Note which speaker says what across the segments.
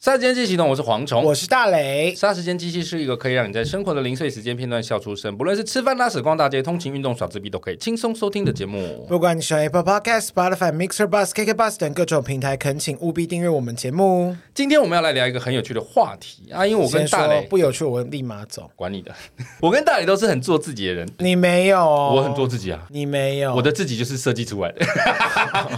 Speaker 1: 杀时间机器呢，我是蝗虫。
Speaker 2: 我是大雷，
Speaker 1: 杀时间机器是一个可以让你在生活的零碎时间片段笑出声，不论是吃饭、拉屎、逛大街、通勤、运动、耍自闭，都可以轻松收听的节目。
Speaker 2: 不管你使用 Apple Podcast、Spotify、Mixer、Bus、KK Bus 等各种平台，恳请务必订阅我们节目。
Speaker 1: 今天我们要来聊一个很有趣的话题啊，因为我跟
Speaker 2: 先
Speaker 1: 大
Speaker 2: 说
Speaker 1: 雷
Speaker 2: 不有趣，我立马走。
Speaker 1: 管你的，我跟大雷都是很做自己的人，
Speaker 2: 你没有，
Speaker 1: 我很做，自己啊，
Speaker 2: 你没有，
Speaker 1: 我的自己就是设计出 来的，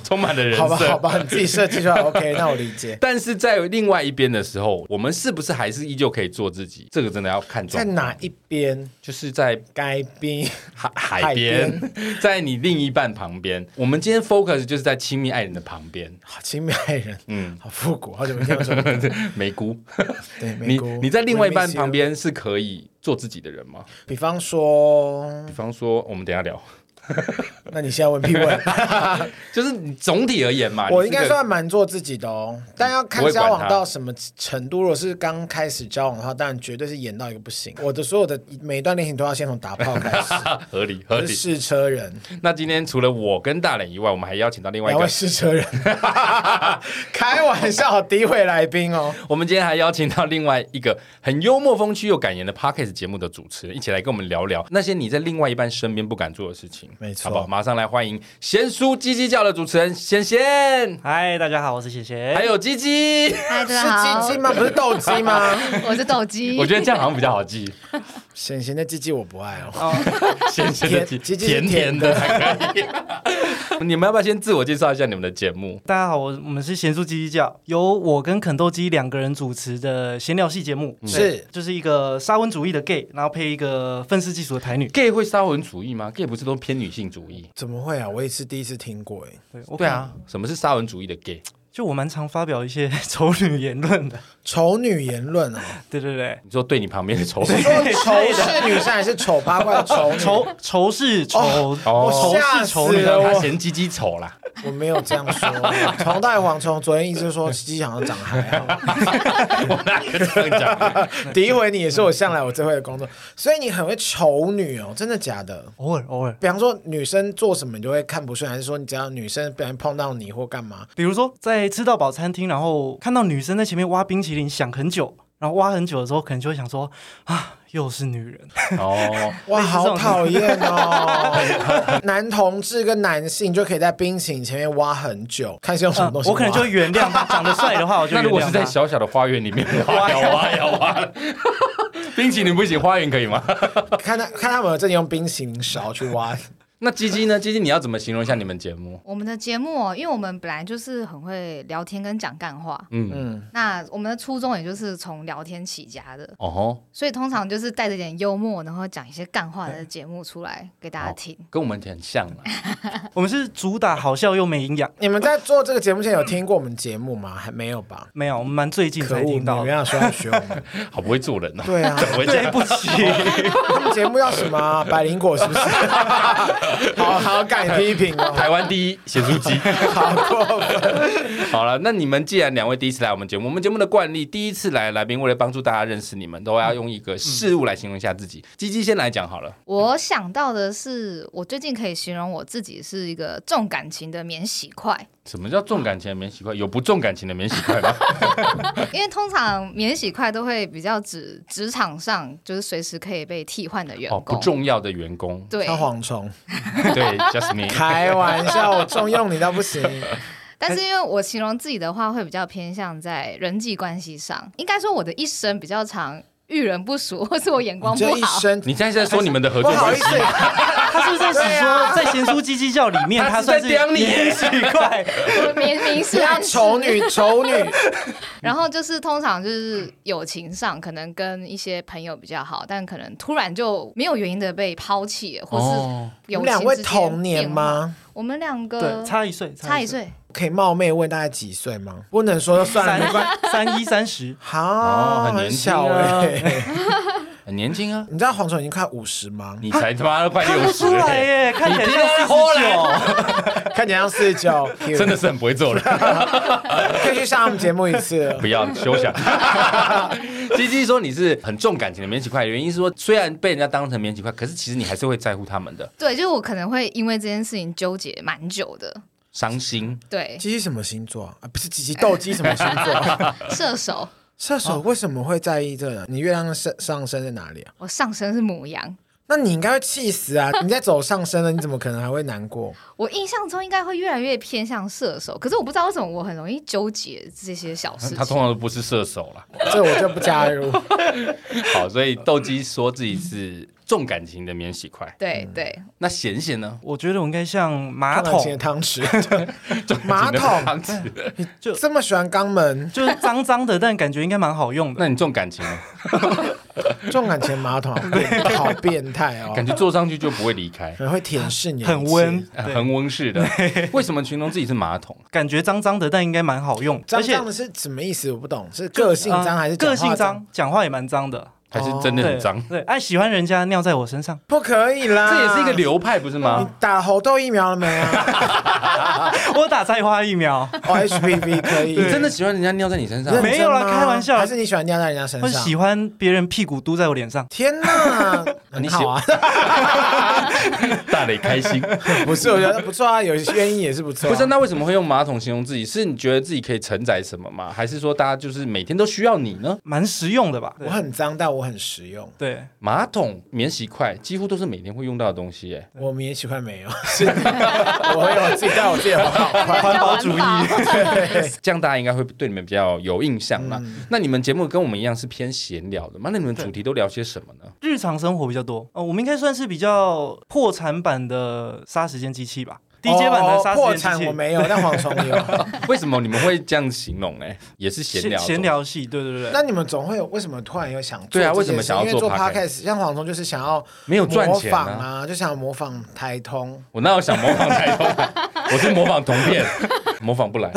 Speaker 1: 充满了人设。
Speaker 2: 哦好吧，好吧，你自己设计出来 OK，那我理解。
Speaker 1: 但是在另外一边的时候，我们是不是还是依旧可以做自己？这个真的要看
Speaker 2: 在
Speaker 1: 状况，
Speaker 2: 哪一边？
Speaker 1: 就是在
Speaker 2: 该边
Speaker 1: 海海边， 在你另一半旁边。我们今天 focus 就是在亲密爱人的旁边。
Speaker 2: 好亲密爱人，
Speaker 1: 嗯，
Speaker 2: 好复古，好久没听到 这种。
Speaker 1: 梅姑，
Speaker 2: 对，美
Speaker 1: 你
Speaker 2: 国
Speaker 1: 你在另外一半
Speaker 2: We miss you
Speaker 1: 旁边是可以做自己的人吗？
Speaker 2: 比方说，
Speaker 1: 比方说，我们等一下聊，
Speaker 2: 那你现在问 屁问？
Speaker 1: 就是你总体而言嘛，
Speaker 2: 我
Speaker 1: 你
Speaker 2: 应
Speaker 1: 是个
Speaker 2: 该 算蛮做自己的哦，但要看
Speaker 1: 不会管
Speaker 2: 交往
Speaker 1: 他
Speaker 2: 到什么程度。如果是刚开始交往的话，当然绝对是演到一个不行。我的所有的每一段恋情都要先从打炮开 始，
Speaker 1: 啊合理合
Speaker 2: 我是
Speaker 1: 理。
Speaker 2: 试车人，
Speaker 1: 那今天除了我跟大磊以外，我们还邀请到另外一
Speaker 2: 两位
Speaker 1: 个，
Speaker 2: 试车人，开玩笑，诋毁来宾哦。
Speaker 1: 我们今天还邀请到另外一个很幽默风趣又感言的 podcast 节目的主持人，一起来跟我们聊聊那些你在另外一半身边不敢做的事情。
Speaker 2: 没错
Speaker 1: 好不好？马上来欢迎贤叔鸡鸡叫的主持人贤贤，
Speaker 3: 嗨，大家好，我是贤
Speaker 1: 还
Speaker 3: 贤。
Speaker 1: 有鸡鸡。
Speaker 4: 嗨，大家
Speaker 2: 是
Speaker 4: 好
Speaker 2: 鸡鸡，吗？不是斗鸡吗？
Speaker 4: 我是斗 鸡。
Speaker 1: 我觉得这样好像比较好记，
Speaker 2: 显贤的鸡鸡我不爱哦。
Speaker 1: 咸咸的鸡，
Speaker 2: 鸡鸡是
Speaker 1: 甜甜
Speaker 2: 甜
Speaker 1: 的还可以。 你们要不要先自我介绍一下你们的节目？
Speaker 3: 大家好，我我们是贤叔鸡鸡教，由我跟肯豆鸡两个人主持的闲聊系节目，
Speaker 1: 嗯
Speaker 2: 是
Speaker 3: 就是一个沙文主义的 gay，然后配一个愤世嫉俗的台女。
Speaker 1: gay 会沙文主义吗？gay 不是都偏女性主义？
Speaker 2: 怎么会啊？我也是第一次听过哎。
Speaker 3: 对，我
Speaker 1: 对啊，，什么是沙文主义的 gay？
Speaker 3: 就我蛮常发表一些 丑女言论的。
Speaker 2: 丑女言论哦，
Speaker 3: 对对对，
Speaker 1: 你说对你旁边的 仇
Speaker 2: 你
Speaker 1: 人
Speaker 2: 说仇是女生还是丑八怪 丑女？
Speaker 3: 仇仇是仇，
Speaker 1: 哦
Speaker 3: 仇
Speaker 2: 吓
Speaker 3: 是
Speaker 2: 死
Speaker 3: 仇女。
Speaker 2: 了
Speaker 1: 他
Speaker 2: 我
Speaker 1: 啊嫌鸡鸡丑啦。
Speaker 2: 我没有这样说， 从大蝗虫昨天一直说鸡好像长还好，
Speaker 1: 我哪个这样讲？
Speaker 2: 诋毁你也是我向来我最会的 工作，所以你很会丑女哦，真的假的？
Speaker 3: 偶尔偶尔，
Speaker 2: 比方说女生做什么你就会看不顺，还是说你只要女生不小心碰到你或干嘛，
Speaker 3: 比如说在吃到饱餐厅，然后看到女生在前面挖冰淇淋，想很久，然后挖很久的时候，可能就会想说啊，又是女人。
Speaker 1: 哦，
Speaker 2: 哇，
Speaker 3: 类似这
Speaker 2: 好
Speaker 3: 种
Speaker 2: 讨厌 哦！男同志跟男性就可以在冰淇淋前面挖很久，看是用什么东西、
Speaker 3: 啊我可能就会。原谅他。长得帅的话，我 就
Speaker 1: 那
Speaker 3: 原
Speaker 1: 如果是
Speaker 3: 谅
Speaker 1: 在
Speaker 3: 他。
Speaker 1: 小小的花园里面啊挖呀挖呀挖，啊冰淇淋不行，花园可以吗？
Speaker 2: 看他看他们有真的用冰淇淋勺去 挖，
Speaker 1: 那鸡鸡呢？鸡鸡你要怎么形容一下你们节目？
Speaker 4: 我们的节目、哦，因为我们本来就是很会聊天跟讲干话，
Speaker 1: 嗯，
Speaker 2: 嗯，
Speaker 4: 那我们的初衷也就是从聊天起家的，
Speaker 1: 哦吼，
Speaker 4: 所以通常就是带着点幽默，然后讲一些干话
Speaker 1: 嗯
Speaker 4: 的节目出来给大家听。
Speaker 1: 跟我们很像啦。
Speaker 3: 我们是主打好笑又没营养，
Speaker 2: 你们在做这个节目前有听过我们节目吗？还没有吧？
Speaker 3: 没有，我们蛮最近
Speaker 2: 可恶，
Speaker 3: 才
Speaker 2: 你
Speaker 3: 听到
Speaker 2: 们
Speaker 3: 的。
Speaker 2: 要说要学我 们，
Speaker 1: 好不会做人哦。
Speaker 2: 对啊，
Speaker 1: 怎么会这
Speaker 3: 对
Speaker 1: 样？
Speaker 3: 不起，
Speaker 2: 他们节目要什么啊、百灵果 是不是？好好敢批评哦，
Speaker 1: 台湾第一写书机。
Speaker 2: 好过分。
Speaker 1: 好了，那你们既然两位第一次来我们节目，我们节目的惯例，第一次来的来宾为了帮助大家认识你们，都要用一个事物来形容一下自己。嗯鸡鸡先来讲好了，
Speaker 4: 我想到的是，我最近可以形容我自己是一个重感情的免洗 块，
Speaker 1: 什么叫重感情的免洗块？有不重感情的免洗块吗？
Speaker 4: 因为通常免洗块都会比较指职场上就是随时可以被替换的员
Speaker 1: 哦，
Speaker 4: 工。，
Speaker 1: 不重要的员工
Speaker 4: 对，
Speaker 2: 他蝗虫，
Speaker 1: 对，just me。
Speaker 2: 开玩笑，我重用你到不 行。
Speaker 4: 但是因为我形容自己的话，会比较偏向在人际关系上。应该说我的一生比较常遇人不淑，或是我眼光
Speaker 2: 你
Speaker 4: 不
Speaker 2: 这一
Speaker 4: 好。
Speaker 2: 生
Speaker 1: 你现在在说你们的合
Speaker 2: 不
Speaker 1: 作
Speaker 2: 好
Speaker 1: 关
Speaker 2: 意
Speaker 1: 系
Speaker 2: 思，
Speaker 3: 他是不是在
Speaker 2: 对
Speaker 3: 指
Speaker 2: 啊
Speaker 3: 说在贤淑鸡鸡教里面，
Speaker 1: 他
Speaker 3: 他
Speaker 1: 是在
Speaker 3: 算是
Speaker 1: 刁你
Speaker 3: 免洗块？
Speaker 4: 我明明
Speaker 2: 不
Speaker 4: 是
Speaker 2: 要丑女，丑女，
Speaker 4: 然后就是通常就是友情上可能跟一些朋友比较好，但可能突然就没有原因的被抛弃，或是
Speaker 1: 哦，
Speaker 2: 你
Speaker 4: 友情之
Speaker 2: 们两
Speaker 4: 间
Speaker 2: 位同年
Speaker 4: 变化？
Speaker 2: 吗？
Speaker 4: 我们两个
Speaker 3: 对，差一岁，
Speaker 4: 差一，岁，
Speaker 2: 可以冒昧问大概几岁吗？不能说就算了，
Speaker 3: 三
Speaker 2: 没关系。
Speaker 3: 三一三十，
Speaker 2: 好，
Speaker 1: 很年轻啊
Speaker 2: 小哎、
Speaker 1: 很年轻啊，
Speaker 2: 你知道蝗虫已经快五 十吗？
Speaker 1: 你才他妈
Speaker 2: 哎
Speaker 1: 的快
Speaker 3: 看
Speaker 1: 六
Speaker 3: 不
Speaker 1: 十
Speaker 3: 出来
Speaker 1: 嘞，
Speaker 3: 耶，看起来
Speaker 1: 你今天在
Speaker 3: 像
Speaker 1: 喝
Speaker 3: 四十
Speaker 1: 嘞
Speaker 3: 九。
Speaker 2: 看起来像四十九，
Speaker 1: 欸真的是很不会做人。
Speaker 2: 可以去上我们节目一 次了。
Speaker 1: 不要休想。鸡鸡说你是很重感情的免洗块，原因是说虽然被人家当成免洗块，可是其实你还是会在乎他们的。
Speaker 4: 对，就是我可能会因为这件事情纠结蛮久的。
Speaker 1: 伤心，
Speaker 4: 对，
Speaker 2: 鸡鸡什么星座啊？啊不是鸡鸡斗鸡什么星座啊？
Speaker 4: 射手，
Speaker 2: 射手为什么会在意这个？你月亮上上升在哪里啊？
Speaker 4: 我上身是母羊，
Speaker 2: 那你应该会气死啊！你在走上升了，你怎么可能还会难过？
Speaker 4: 我印象中应该会越来越偏向射手，可是我不知道为什么我很容易纠结这些小事
Speaker 1: 他通
Speaker 4: 情。
Speaker 1: 常都不是射手 啦。
Speaker 2: 这我就不加入。
Speaker 1: 好，所以斗鸡说自己是重感情的免洗块，
Speaker 2: 嗯
Speaker 4: 对对，
Speaker 1: 那贤贤呢？
Speaker 3: 我觉得我应该像马
Speaker 2: 重感情的
Speaker 3: 桶，
Speaker 2: 汤匙，
Speaker 1: 重感情的
Speaker 2: 马桶
Speaker 1: 汤匙，
Speaker 2: 这么喜欢肛门，
Speaker 3: 就是脏脏的，但感觉应该蛮好用 的。
Speaker 1: 那你重感情 吗？
Speaker 2: 重感情马桶，好变态哦！
Speaker 1: 感觉坐上去就不会离开
Speaker 2: 可，能会舔舐你，
Speaker 3: 很温，，对，
Speaker 1: 很温室 的。为什么形容自己是马桶？啊
Speaker 3: 感觉脏脏的，但应该蛮好用，
Speaker 2: 脏
Speaker 3: 而且
Speaker 2: 脏的是什么意思？我不懂，是个性脏
Speaker 3: 呃
Speaker 2: 还是讲
Speaker 3: 个
Speaker 2: 话
Speaker 3: 性？脏，讲话也蛮脏的，
Speaker 1: 还是真的很
Speaker 3: 对
Speaker 2: 哦
Speaker 1: 脏？
Speaker 3: 对，爱喜欢人家尿在我身上，
Speaker 2: 不可以啦，
Speaker 1: 这也是一个。流派，不是
Speaker 2: 你
Speaker 1: 吗？
Speaker 2: 打猴痘疫苗了没啊？
Speaker 3: 我打菜花 疫苗，
Speaker 2: 哦，HPV 可以
Speaker 1: 你，真的喜啊欢人家尿在你身上
Speaker 2: 认真？吗
Speaker 3: 没有啦开玩笑
Speaker 2: 还是你喜欢尿在人家身
Speaker 3: 我
Speaker 2: 上？
Speaker 3: 喜欢别人屁股嘟在我脸上，
Speaker 2: 天哪，很
Speaker 1: 你喜
Speaker 2: 好啊，
Speaker 1: 大磊开心。
Speaker 2: 不是，我觉得不错啊，有愿意也是不错啊。
Speaker 1: 不是，那为什么会用马桶形容自己？是你觉得自己可以承载什么吗？还是说大家就是每天都需要你呢？
Speaker 3: 蛮实用的吧？
Speaker 2: 我很脏，但我很实用。
Speaker 3: 对，
Speaker 1: 马桶、免洗筷几乎都是每天会用到的东西，哎，
Speaker 2: 我们也喜欢没有，是我会有自己带我自己的好
Speaker 4: 大家
Speaker 3: 环
Speaker 4: 叫
Speaker 3: 保主义
Speaker 4: 环保
Speaker 1: 这样大家应该会对你们比较有印象啦。
Speaker 2: 嗯
Speaker 1: 那你们节目跟我们一样是偏闲聊的吗？那你们主题都聊些什么 呢？
Speaker 3: 日常生活比较多，呃，我们应该算是比较破产版的杀时间机器吧，DJ 版的
Speaker 2: 哦
Speaker 3: 杀
Speaker 2: 破
Speaker 3: 时间
Speaker 2: 产
Speaker 3: 机
Speaker 2: 我
Speaker 3: 器，
Speaker 2: 没 有，但蝗虫有。
Speaker 1: 为什么你们会这样形容？哎，也是闲聊，
Speaker 3: 闲。聊系，对对
Speaker 2: 那
Speaker 3: 对，
Speaker 2: 你们总会有为什么突然有想做
Speaker 1: 对啊
Speaker 2: 这件事
Speaker 1: 为什么想要
Speaker 2: 因为做
Speaker 1: 做
Speaker 2: podcast？像蝗虫就是想要
Speaker 1: 没有赚
Speaker 2: 模
Speaker 1: 钱
Speaker 2: 仿
Speaker 1: 啊！
Speaker 2: 啊，就想模仿台通。
Speaker 1: 我哪有想模仿台通啊？我是模仿铜片， 模仿不来。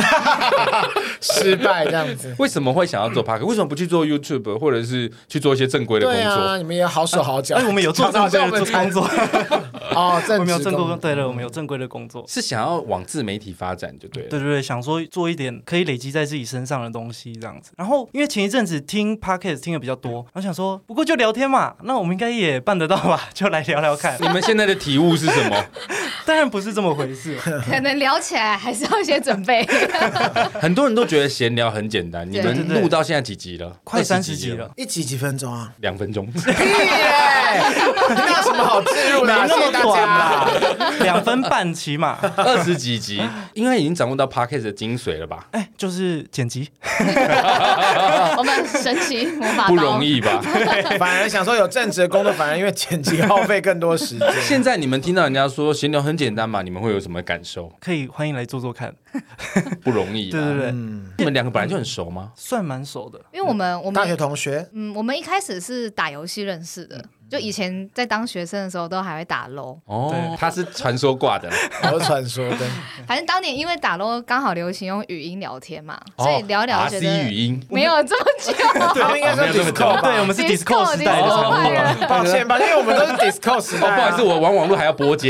Speaker 2: 失败这样子
Speaker 1: 。为什么会想要做 p a r k 为什么不去做 YouTube，或者是去做一些正规的工
Speaker 2: 对
Speaker 1: 作？
Speaker 2: 啊，你们也好手好脚。
Speaker 3: 哎，我们 有做
Speaker 2: 常
Speaker 3: 正
Speaker 2: 常
Speaker 3: 规
Speaker 2: 像我
Speaker 3: 的工
Speaker 2: 们
Speaker 3: 作，
Speaker 2: 哦，
Speaker 3: 我
Speaker 2: 正
Speaker 3: 们有
Speaker 2: 职
Speaker 3: 正规
Speaker 2: 工
Speaker 3: 工，对了，我们有正规的工作。
Speaker 1: 是想要往自媒体发展就对了。
Speaker 3: 对对对，想说做一点可以累积在自己身上的东西这样子。然后因为前一阵子听 podcast 听的比较多，然后想说，不过就聊天嘛，那我们应该也办得到吧？就来聊聊看。
Speaker 1: 你们现在的体悟是什么？
Speaker 3: 当然不是这么回事哦，
Speaker 4: 可能聊起来还是要一些准备。
Speaker 1: 很多人都觉得闲聊很简单，你
Speaker 4: 对
Speaker 1: 们
Speaker 3: 对对
Speaker 1: 录到现在几集了？
Speaker 3: 快三十
Speaker 1: 20
Speaker 3: 集了，。
Speaker 2: 一集几分钟啊？
Speaker 1: 两分钟，
Speaker 2: 屁耶！那有什么好置入
Speaker 3: 没
Speaker 2: 的啊？
Speaker 3: 那么
Speaker 2: 谢谢大
Speaker 3: 短啦
Speaker 2: 家。，
Speaker 3: 两分半起码。
Speaker 1: 二十几集，应该已经掌握到 podcast 的精髓了吧？
Speaker 3: 哎，就是剪辑，
Speaker 4: 我们神奇魔法刀
Speaker 1: 不容，易 吧？
Speaker 2: 反而想说有正职的工作，反而因为剪辑耗费更多时间。
Speaker 1: 现在你们听到人家说闲聊很简单嘛，你们会有什么感受？
Speaker 3: 可以欢迎来做做
Speaker 2: 嗯
Speaker 3: 看。
Speaker 1: 不容易啊。
Speaker 3: 对对对，
Speaker 1: 你们两个本来就很熟吗？
Speaker 3: 算蛮熟的。
Speaker 4: 因为我们我
Speaker 2: 大学嗯
Speaker 4: 们
Speaker 2: 同 学，
Speaker 4: 嗯，我们一开始是打游戏认识的，就以前在当学生的时候都还会打 LO，
Speaker 1: 哦
Speaker 3: 对，
Speaker 1: 他是传说挂的啦，
Speaker 2: 我是传说的。
Speaker 4: 反正当年因为打 LO 刚好流行用语音聊天嘛，所以聊一聊
Speaker 1: 哦
Speaker 4: 觉
Speaker 1: RC 语
Speaker 4: 得
Speaker 1: 音，
Speaker 3: 啊
Speaker 4: 没有这么久。
Speaker 2: 他们应 该说
Speaker 1: 没有这么
Speaker 2: disco
Speaker 1: 久
Speaker 2: 吧
Speaker 3: 对，我？们是
Speaker 4: Disco，
Speaker 3: Disco 时代
Speaker 1: 哦
Speaker 3: 的产物啊
Speaker 4: 快
Speaker 3: 了。
Speaker 2: 抱歉，抱歉，因为我们都是 disco 时
Speaker 1: 哦，不
Speaker 2: 代啊。
Speaker 1: 好意思，我玩网络还要拨 接。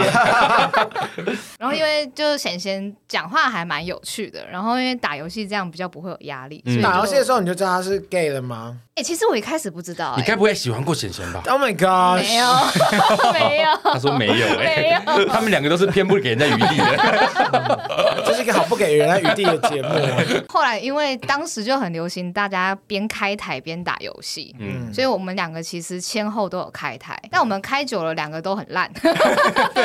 Speaker 4: 然后因为就是显贤讲话还蛮有趣的，然后因为打游戏这样比较不会有压力。
Speaker 1: 嗯
Speaker 4: 所以就
Speaker 2: 打游戏的时候你就知道他是 gay 了吗
Speaker 4: 哎、其实我一开始不知道、
Speaker 1: 你该
Speaker 4: 哎，
Speaker 1: 不会喜欢过贤贤吧？
Speaker 2: ？Oh my god！
Speaker 4: 没有，没有，
Speaker 1: 他说没有、
Speaker 4: 没
Speaker 1: 哎，他们两个都是偏不给人家余地的。
Speaker 2: 这是一个好不给人家余地的节目。
Speaker 4: 后来因为当时就很流行，大家边开台边打游戏。
Speaker 1: 嗯，
Speaker 4: 所以我们两个其实先后都有开台，但我们开久了，两个都很烂。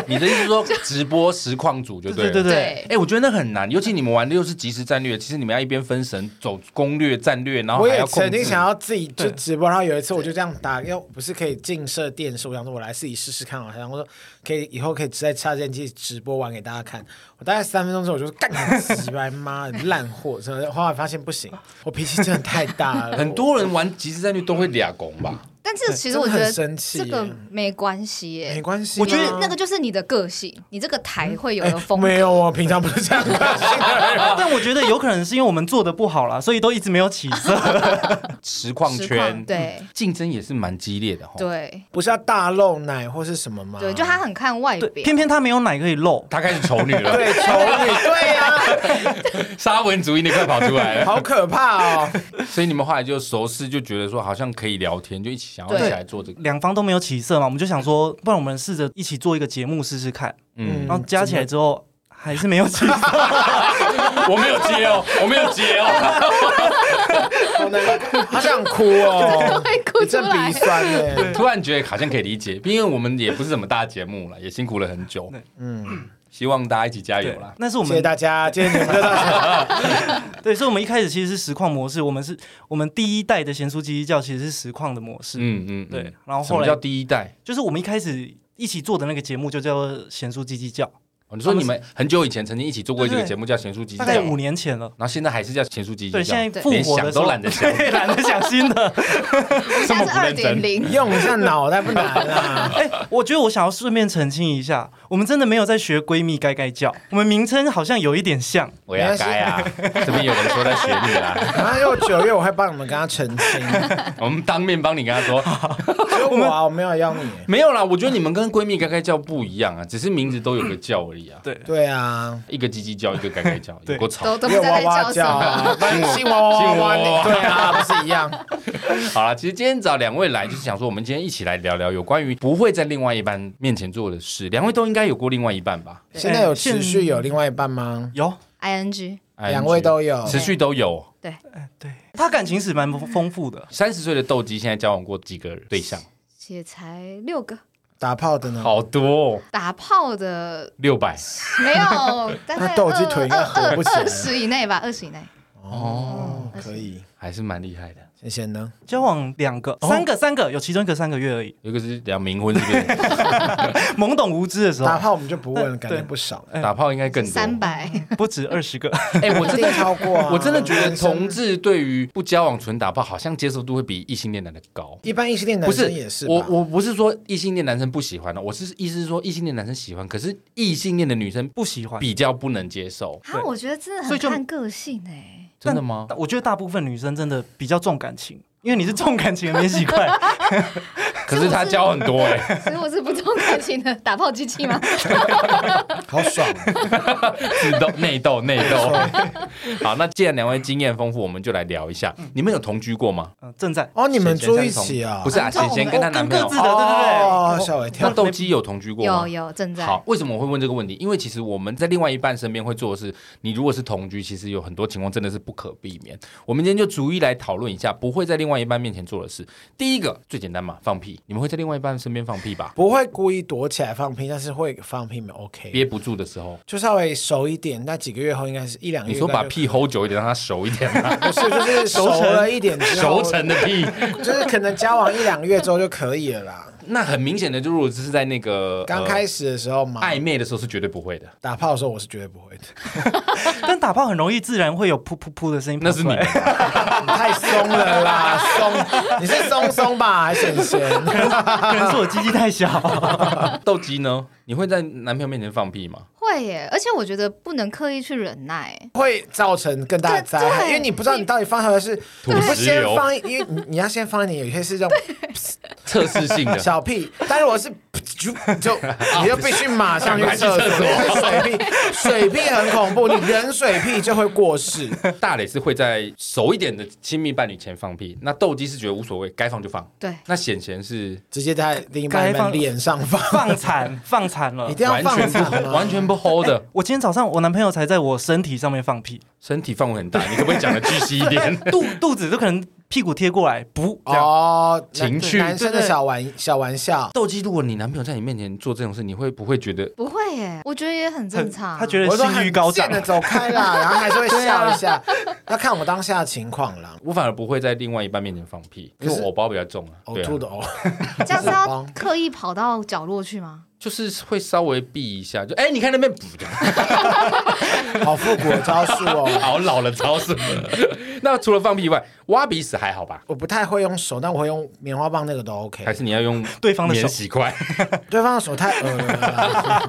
Speaker 1: 你的意思是说直播实况组就对
Speaker 3: 对
Speaker 1: 了。
Speaker 3: 对对，
Speaker 4: 对
Speaker 1: 哎、我觉得那很难，尤其你们玩的又是即时战略，其实你们要一边分神走攻略战略，然后
Speaker 2: 我
Speaker 1: 哦还
Speaker 2: 也
Speaker 1: 要控制。
Speaker 2: 曾经想要自己就
Speaker 3: 对
Speaker 2: 直播，然后有一次我就这样打，因为不是可以映射电视，我想说我来自己试试看好了，然后说可以以后可以在插件机直播玩给大家看。我大概三分钟之后我就说干你鸡巴妈的烂货，真的后来发现不行，我脾气真的太大了，
Speaker 1: 很多人玩即时战略都会俩攻吧？
Speaker 4: 但是其实我觉
Speaker 2: 真的
Speaker 4: 得
Speaker 2: 很生气
Speaker 4: 这个
Speaker 2: 耶
Speaker 4: 没关系耶、
Speaker 2: 没关系啊，嗯哎
Speaker 4: 我觉得那个就是你的个性，你这个台会有的风格。
Speaker 2: 没有，我平常不是这样个性的人。
Speaker 3: 但我觉得有可能是因为我们做的不好啦，所以都一直没有起 色。
Speaker 1: 实况
Speaker 4: 实
Speaker 1: 圈
Speaker 4: 况对
Speaker 1: 竞争也是蛮激烈的哈。
Speaker 4: 对
Speaker 2: 不是要大露奶或是什么吗？
Speaker 4: 对，就他很看外
Speaker 3: 对，
Speaker 4: 表
Speaker 3: 偏。偏他没有奶可以露。
Speaker 1: 他开始丑女了，
Speaker 2: 对丑女，对呀、
Speaker 1: 沙文主义你快跑出来
Speaker 2: 啊，
Speaker 1: 了。
Speaker 2: 好可怕哦！
Speaker 1: 所以你们后来就熟识，就觉得说好像可以聊天，就一起想要一
Speaker 4: 对
Speaker 1: 起来做这个。
Speaker 3: 两方都没有起色嘛，我们就想说，不然我们试着一起做一个节目试试看。
Speaker 1: 嗯
Speaker 2: 嗯，
Speaker 3: 然后加起来之后，还是没有起色。
Speaker 1: 我没有接哦，我没有接哦。
Speaker 2: 好难过，好想哭 哦，
Speaker 4: 会哭
Speaker 2: 一
Speaker 4: 出
Speaker 2: 阵
Speaker 4: 来
Speaker 2: 鼻。酸哎。
Speaker 1: 突然觉得好像可以理解，因为我们也不是什么大节目了，也辛苦了很久。
Speaker 2: 嗯，
Speaker 1: 希望大家一起加油
Speaker 3: 对
Speaker 1: 啦，！
Speaker 3: 那是我
Speaker 2: 谢谢
Speaker 3: 们
Speaker 2: 大家，今天节目就到此。
Speaker 3: 对，所以我们一开始其实是实况模式，我们是我们第一代的咸酥鸡鸡叫其实是实况的模式。
Speaker 1: 嗯嗯，嗯
Speaker 3: 对，，然后
Speaker 1: 什
Speaker 3: 后
Speaker 1: 么叫
Speaker 3: 来
Speaker 1: 第一代？
Speaker 3: 就是我们一开始一起做的那个节目就叫做咸酥鸡鸡叫，
Speaker 1: 哦，你说你们很久以前曾经一起做过一
Speaker 3: 对
Speaker 1: 个
Speaker 3: 对
Speaker 1: 节目叫《咸酥鸡
Speaker 3: 大
Speaker 1: 酱》，
Speaker 3: 概五年前了。
Speaker 1: 然后现在还是叫《咸酥鸡酱
Speaker 3: 对，》，现在
Speaker 4: 对
Speaker 3: 复
Speaker 1: 连
Speaker 3: 活
Speaker 1: 想
Speaker 3: 的时候
Speaker 1: 都 懒得想
Speaker 3: 对懒得想新的。
Speaker 1: 这么
Speaker 4: 但是
Speaker 1: 不
Speaker 4: 二
Speaker 1: 认
Speaker 4: 点
Speaker 1: 真。
Speaker 4: 零，
Speaker 2: 用一下脑袋不难啊。
Speaker 3: 哎、我觉得我想要顺便澄清一下，我们真的没有在学闺蜜该该叫，我们名称好像有一点像。
Speaker 1: 我要该 啊，这边有人说在学你啦，
Speaker 2: 然后又九月我会帮你们跟他澄清，
Speaker 1: 我们当面帮你跟他 说，
Speaker 2: 只有我啊，我没有要你。
Speaker 1: 没有啦，我觉得你们跟闺蜜该该叫不一样啊，只是名字都有个叫而已啊，
Speaker 3: 对，
Speaker 2: 对啊，
Speaker 1: 一个鸡鸡叫，一个该该叫，有
Speaker 3: 对
Speaker 1: 够吵。
Speaker 4: 都都
Speaker 2: 没
Speaker 4: 不知
Speaker 2: 有哇
Speaker 4: 道在
Speaker 2: 哇
Speaker 4: 叫什
Speaker 2: 叫
Speaker 4: 么。
Speaker 2: 啊，新娃娃
Speaker 1: 信
Speaker 2: 娃
Speaker 1: 我
Speaker 2: 娃，对啊，不是一样？
Speaker 1: 好了，其实今天找两位来，就是想说，我们今天一起来聊聊有关于不会在另外一半面前做的事。两位都应该有过另外一半吧？
Speaker 2: 现在有
Speaker 3: 哎
Speaker 2: 持续有另外一半吗？
Speaker 3: 有
Speaker 4: ing，
Speaker 1: 哎
Speaker 2: 两位都有，
Speaker 1: 持续都有。
Speaker 3: 对，他感情史蛮丰丰富的。
Speaker 1: 三十岁的斗鸡现在交往过几个对象？
Speaker 4: 也才六个，
Speaker 2: 打炮的 呢？
Speaker 1: 好多、哦，
Speaker 4: 打炮的
Speaker 1: 六百
Speaker 4: 没有，大概
Speaker 2: 那斗鸡腿应该
Speaker 4: 二
Speaker 2: 合
Speaker 4: 二
Speaker 2: 不起来
Speaker 4: 二十以内吧，二十以内。
Speaker 2: 哦，可以。
Speaker 1: 还是蛮厉害的。
Speaker 2: 谢谢呢，
Speaker 3: 交往两个、三个、三个，有其中一个三个月而已。
Speaker 1: 有一个是聊冥婚，是不 是？
Speaker 3: 懵懂无知的时
Speaker 2: 打
Speaker 1: 啊
Speaker 3: 候，
Speaker 2: 炮我们就不问了，
Speaker 3: 嗯
Speaker 2: 感觉
Speaker 3: 对
Speaker 2: 不少，
Speaker 1: 打炮应该更多。
Speaker 4: 三百，
Speaker 3: 不止二十个。
Speaker 1: 哎、我 真
Speaker 2: 一
Speaker 1: 的
Speaker 2: 定超过啊。
Speaker 1: 我真的觉得
Speaker 2: 男生
Speaker 1: 同志对于不交往纯打炮，好像接受度会比异性恋男的高。
Speaker 2: 一般异性恋男
Speaker 1: 不
Speaker 2: 生也是吧，
Speaker 1: 我我不是说异性恋男生不喜欢了，我是意思是说异性恋男生喜欢，可是异性恋的女生
Speaker 3: 不喜欢。
Speaker 1: 比较不能接受，
Speaker 4: 啊，我觉得真的
Speaker 3: 所
Speaker 4: 很
Speaker 3: 以就
Speaker 4: 看个性哎。
Speaker 1: 真的吗？
Speaker 3: 但我觉得大部分女生真的比较重感情，因为你是重感情的免洗 块。
Speaker 1: 可是他交很多哎、
Speaker 4: 所以我是不重感情的打炮机器吗？
Speaker 2: 好爽啊，
Speaker 1: 自斗 内斗内斗。好，那既然两位经验丰富，我们就来聊一下，你们有同居过吗？
Speaker 3: 嗯、正在
Speaker 2: 哦，你们住一起啊？
Speaker 1: 不是啊，
Speaker 4: 很痛
Speaker 1: 贤贤跟她男朋友
Speaker 3: 跟各。自的，对对对。
Speaker 2: 哦，吓我一
Speaker 1: 那
Speaker 2: 跳。
Speaker 1: 斗鸡有同居过吗？
Speaker 4: 有有正在。
Speaker 1: 好，为什么我会问这个问题？因为其实我们在另外一半身边会做的是，你如果是同居，其实有很多情况真的是不可避免。我们今天就逐一来讨论一下，不会在另外一半面前做的事。第一个最简单嘛，放屁。你们会在另外一半身边放屁吧？
Speaker 2: 不会故意躲起来放屁，但是会放屁，没 OK。
Speaker 1: 憋不住的时候，
Speaker 2: 就稍微熟一点，那几个月后应该是一两个
Speaker 1: 你
Speaker 2: 月。
Speaker 1: 说把屁齁久一点，让它熟一点 嘛，
Speaker 2: 不 是， 就是熟了一点之后
Speaker 1: 熟，成的屁。
Speaker 2: 就是可能交往一两个月之后就可以 了啦。
Speaker 1: 那很明显的，就如果只是在那个
Speaker 2: 刚开、始的时候嘛
Speaker 1: 呃，暧昧的时候是绝对不会的，
Speaker 2: 打炮的时候我是绝对不会 的，
Speaker 3: 但打炮很容易自然会有噗噗噗的声音跑
Speaker 1: 那是
Speaker 3: 出
Speaker 1: 你
Speaker 3: 来。
Speaker 1: 们吧。
Speaker 2: 你太松了啦，松， 你是松松吧，还是咸 咸？
Speaker 3: 可能是我鸡鸡太小。
Speaker 1: 斗鸡呢？你会在男朋友面前放屁吗？
Speaker 4: 会耶，而且我觉得不能刻意去忍耐。
Speaker 2: 会造成更大的灾害，
Speaker 4: 对
Speaker 2: 因为你不知道你到底放出来是，
Speaker 1: 土
Speaker 2: 你不
Speaker 1: 石
Speaker 2: 先
Speaker 1: 流
Speaker 2: 放一，因为你你要先放一点，有些是这种
Speaker 1: 测试性的，
Speaker 2: 小屁，但如果是就 就
Speaker 1: 啊
Speaker 2: 你就必须马上去厕所，因为水屁水屁很恐怖，你人水屁就会过世。
Speaker 1: 大磊是会在熟一点的亲密伴侣前放屁，那斗鸡是觉得无所谓，该放就放。
Speaker 4: 对，
Speaker 1: 那显贤是
Speaker 2: 直接在另一半的脸上放，
Speaker 3: 放惨，放惨了
Speaker 2: 一。定要
Speaker 1: 完
Speaker 2: 放
Speaker 1: 全
Speaker 2: 惨
Speaker 1: 不
Speaker 2: 吗
Speaker 1: 呃完全不 hold 的，
Speaker 3: 我今天早上，我男朋友才在我身体上面放屁，
Speaker 1: 身体范围很大，你可不可以讲的具细一 点？
Speaker 3: 肚肚子都可能屁股贴过来，不这样。
Speaker 2: 哦，
Speaker 1: 情
Speaker 2: 男
Speaker 1: 趣
Speaker 2: 男生的小玩小玩笑，
Speaker 1: 斗鸡，如果你男朋友在你面前做这种事，你会不会觉得
Speaker 4: 不会耶，我觉得也很正常。
Speaker 3: 他觉得
Speaker 2: 我说
Speaker 3: 性欲高
Speaker 2: 很
Speaker 3: 涨
Speaker 2: 贱，的走开 啦，然后还是会笑一下，
Speaker 1: 啊
Speaker 2: 要看我当下的情况啦。
Speaker 1: 我反而不会在另外一半面前放屁？因为
Speaker 2: 可是
Speaker 1: 我偶包比较重啊，
Speaker 2: 呕
Speaker 1: 对啊
Speaker 2: 哦吐，的呕，
Speaker 4: 这样是要刻意跑到角落去吗？
Speaker 1: 就是会稍微避一下，就哎，你看那边补的，
Speaker 2: 好复古的招数哦。
Speaker 1: 好老了，吵死了。那除了放屁以外，挖鼻屎还好吧？
Speaker 2: 我不太会用手，但我会用棉花棒，那个都 OK
Speaker 1: 还。是你要用
Speaker 3: 对方的手
Speaker 1: 免洗筷？
Speaker 2: 对方的手太恶了啦，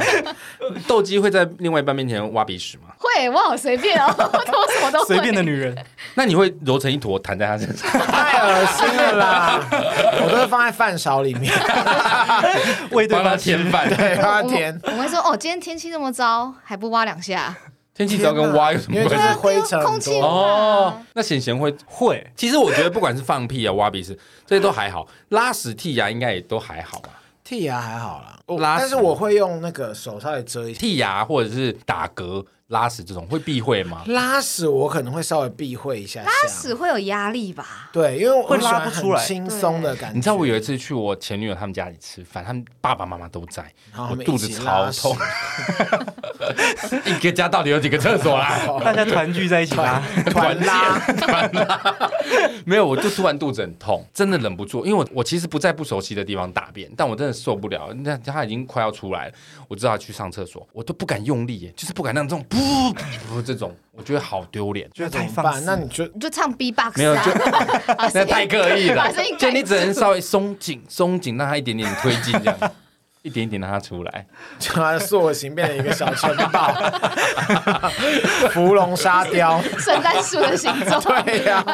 Speaker 1: 斗鸡会在另外一半面前挖鼻屎吗？
Speaker 4: 会，我好随便哦，我什么都会。
Speaker 3: 随便的女人，
Speaker 1: 那你会揉成一坨弹在他身 上？
Speaker 2: 太恶心了 啦！我都是放在饭勺里面，哎
Speaker 3: 为对
Speaker 1: 帮他
Speaker 3: 方吃
Speaker 1: 添饭。
Speaker 2: 对，
Speaker 4: 我
Speaker 2: 放在
Speaker 4: 们
Speaker 2: 甜。
Speaker 4: 我们会说哦，今天天气那么糟，还不挖两
Speaker 1: 啊
Speaker 4: 下？
Speaker 1: 天气糟跟蛙有什
Speaker 2: 因
Speaker 1: 么
Speaker 2: 为就
Speaker 1: 关
Speaker 2: 是
Speaker 1: 系？
Speaker 2: 灰尘
Speaker 4: 空
Speaker 2: 很
Speaker 4: 气
Speaker 2: 多。
Speaker 1: 哦，那显贤会。
Speaker 3: 会
Speaker 1: 其实我觉得不管是放屁啊、挖鼻屎，这些都还好，拉屎、剔牙应该也都还好吧。
Speaker 2: 剔牙还好啦，我
Speaker 1: 拉屎
Speaker 2: 哦但是我会用那个手稍微遮一下。
Speaker 1: 剔牙或者是打嗝、拉屎这种会避讳 吗？
Speaker 2: 拉屎我可能会稍微避讳一下下，拉
Speaker 4: 拉屎会有压力吧？
Speaker 2: 对，因为我
Speaker 3: 会拉
Speaker 2: 喜欢
Speaker 3: 不出来
Speaker 2: 很轻松的感觉。
Speaker 1: 你知道我有一次去我前女友他们家里吃饭，他们爸爸妈妈都在，
Speaker 2: 然后他
Speaker 1: 我
Speaker 2: 们
Speaker 1: 肚
Speaker 2: 一
Speaker 1: 子
Speaker 2: 起
Speaker 1: 超
Speaker 2: 拉屎
Speaker 1: 痛。 一个家到底有几个厕所啊啦？
Speaker 3: 大家团聚在一起拉，
Speaker 2: 团 拉，
Speaker 1: 没有，我就突然肚子很痛，真的忍不住，因为我我其实不在不熟悉的地方大便，但我真的受不了，那他已经快要出来了，我知道他去上厕所，我都不敢用力耶，就是不敢让这种噗噗噗这种，我觉得好丢脸。
Speaker 3: 觉得
Speaker 2: 怎
Speaker 3: 太
Speaker 2: 么
Speaker 3: 放
Speaker 2: 办？
Speaker 3: 肆
Speaker 2: 那你就
Speaker 4: 你就唱 B box
Speaker 1: 没有
Speaker 4: 啊，
Speaker 1: 就
Speaker 4: 把
Speaker 1: 那
Speaker 4: 声音
Speaker 1: 太刻意了
Speaker 4: 把声音，
Speaker 1: 就你只能
Speaker 4: 盖住
Speaker 1: 稍微松紧松紧，让他一点点推进，这样一点一点让他出来。
Speaker 2: 就把塑形变成一个小城堡， 芙蓉沙雕。
Speaker 4: 圣诞树的形 状。？
Speaker 2: 对呀、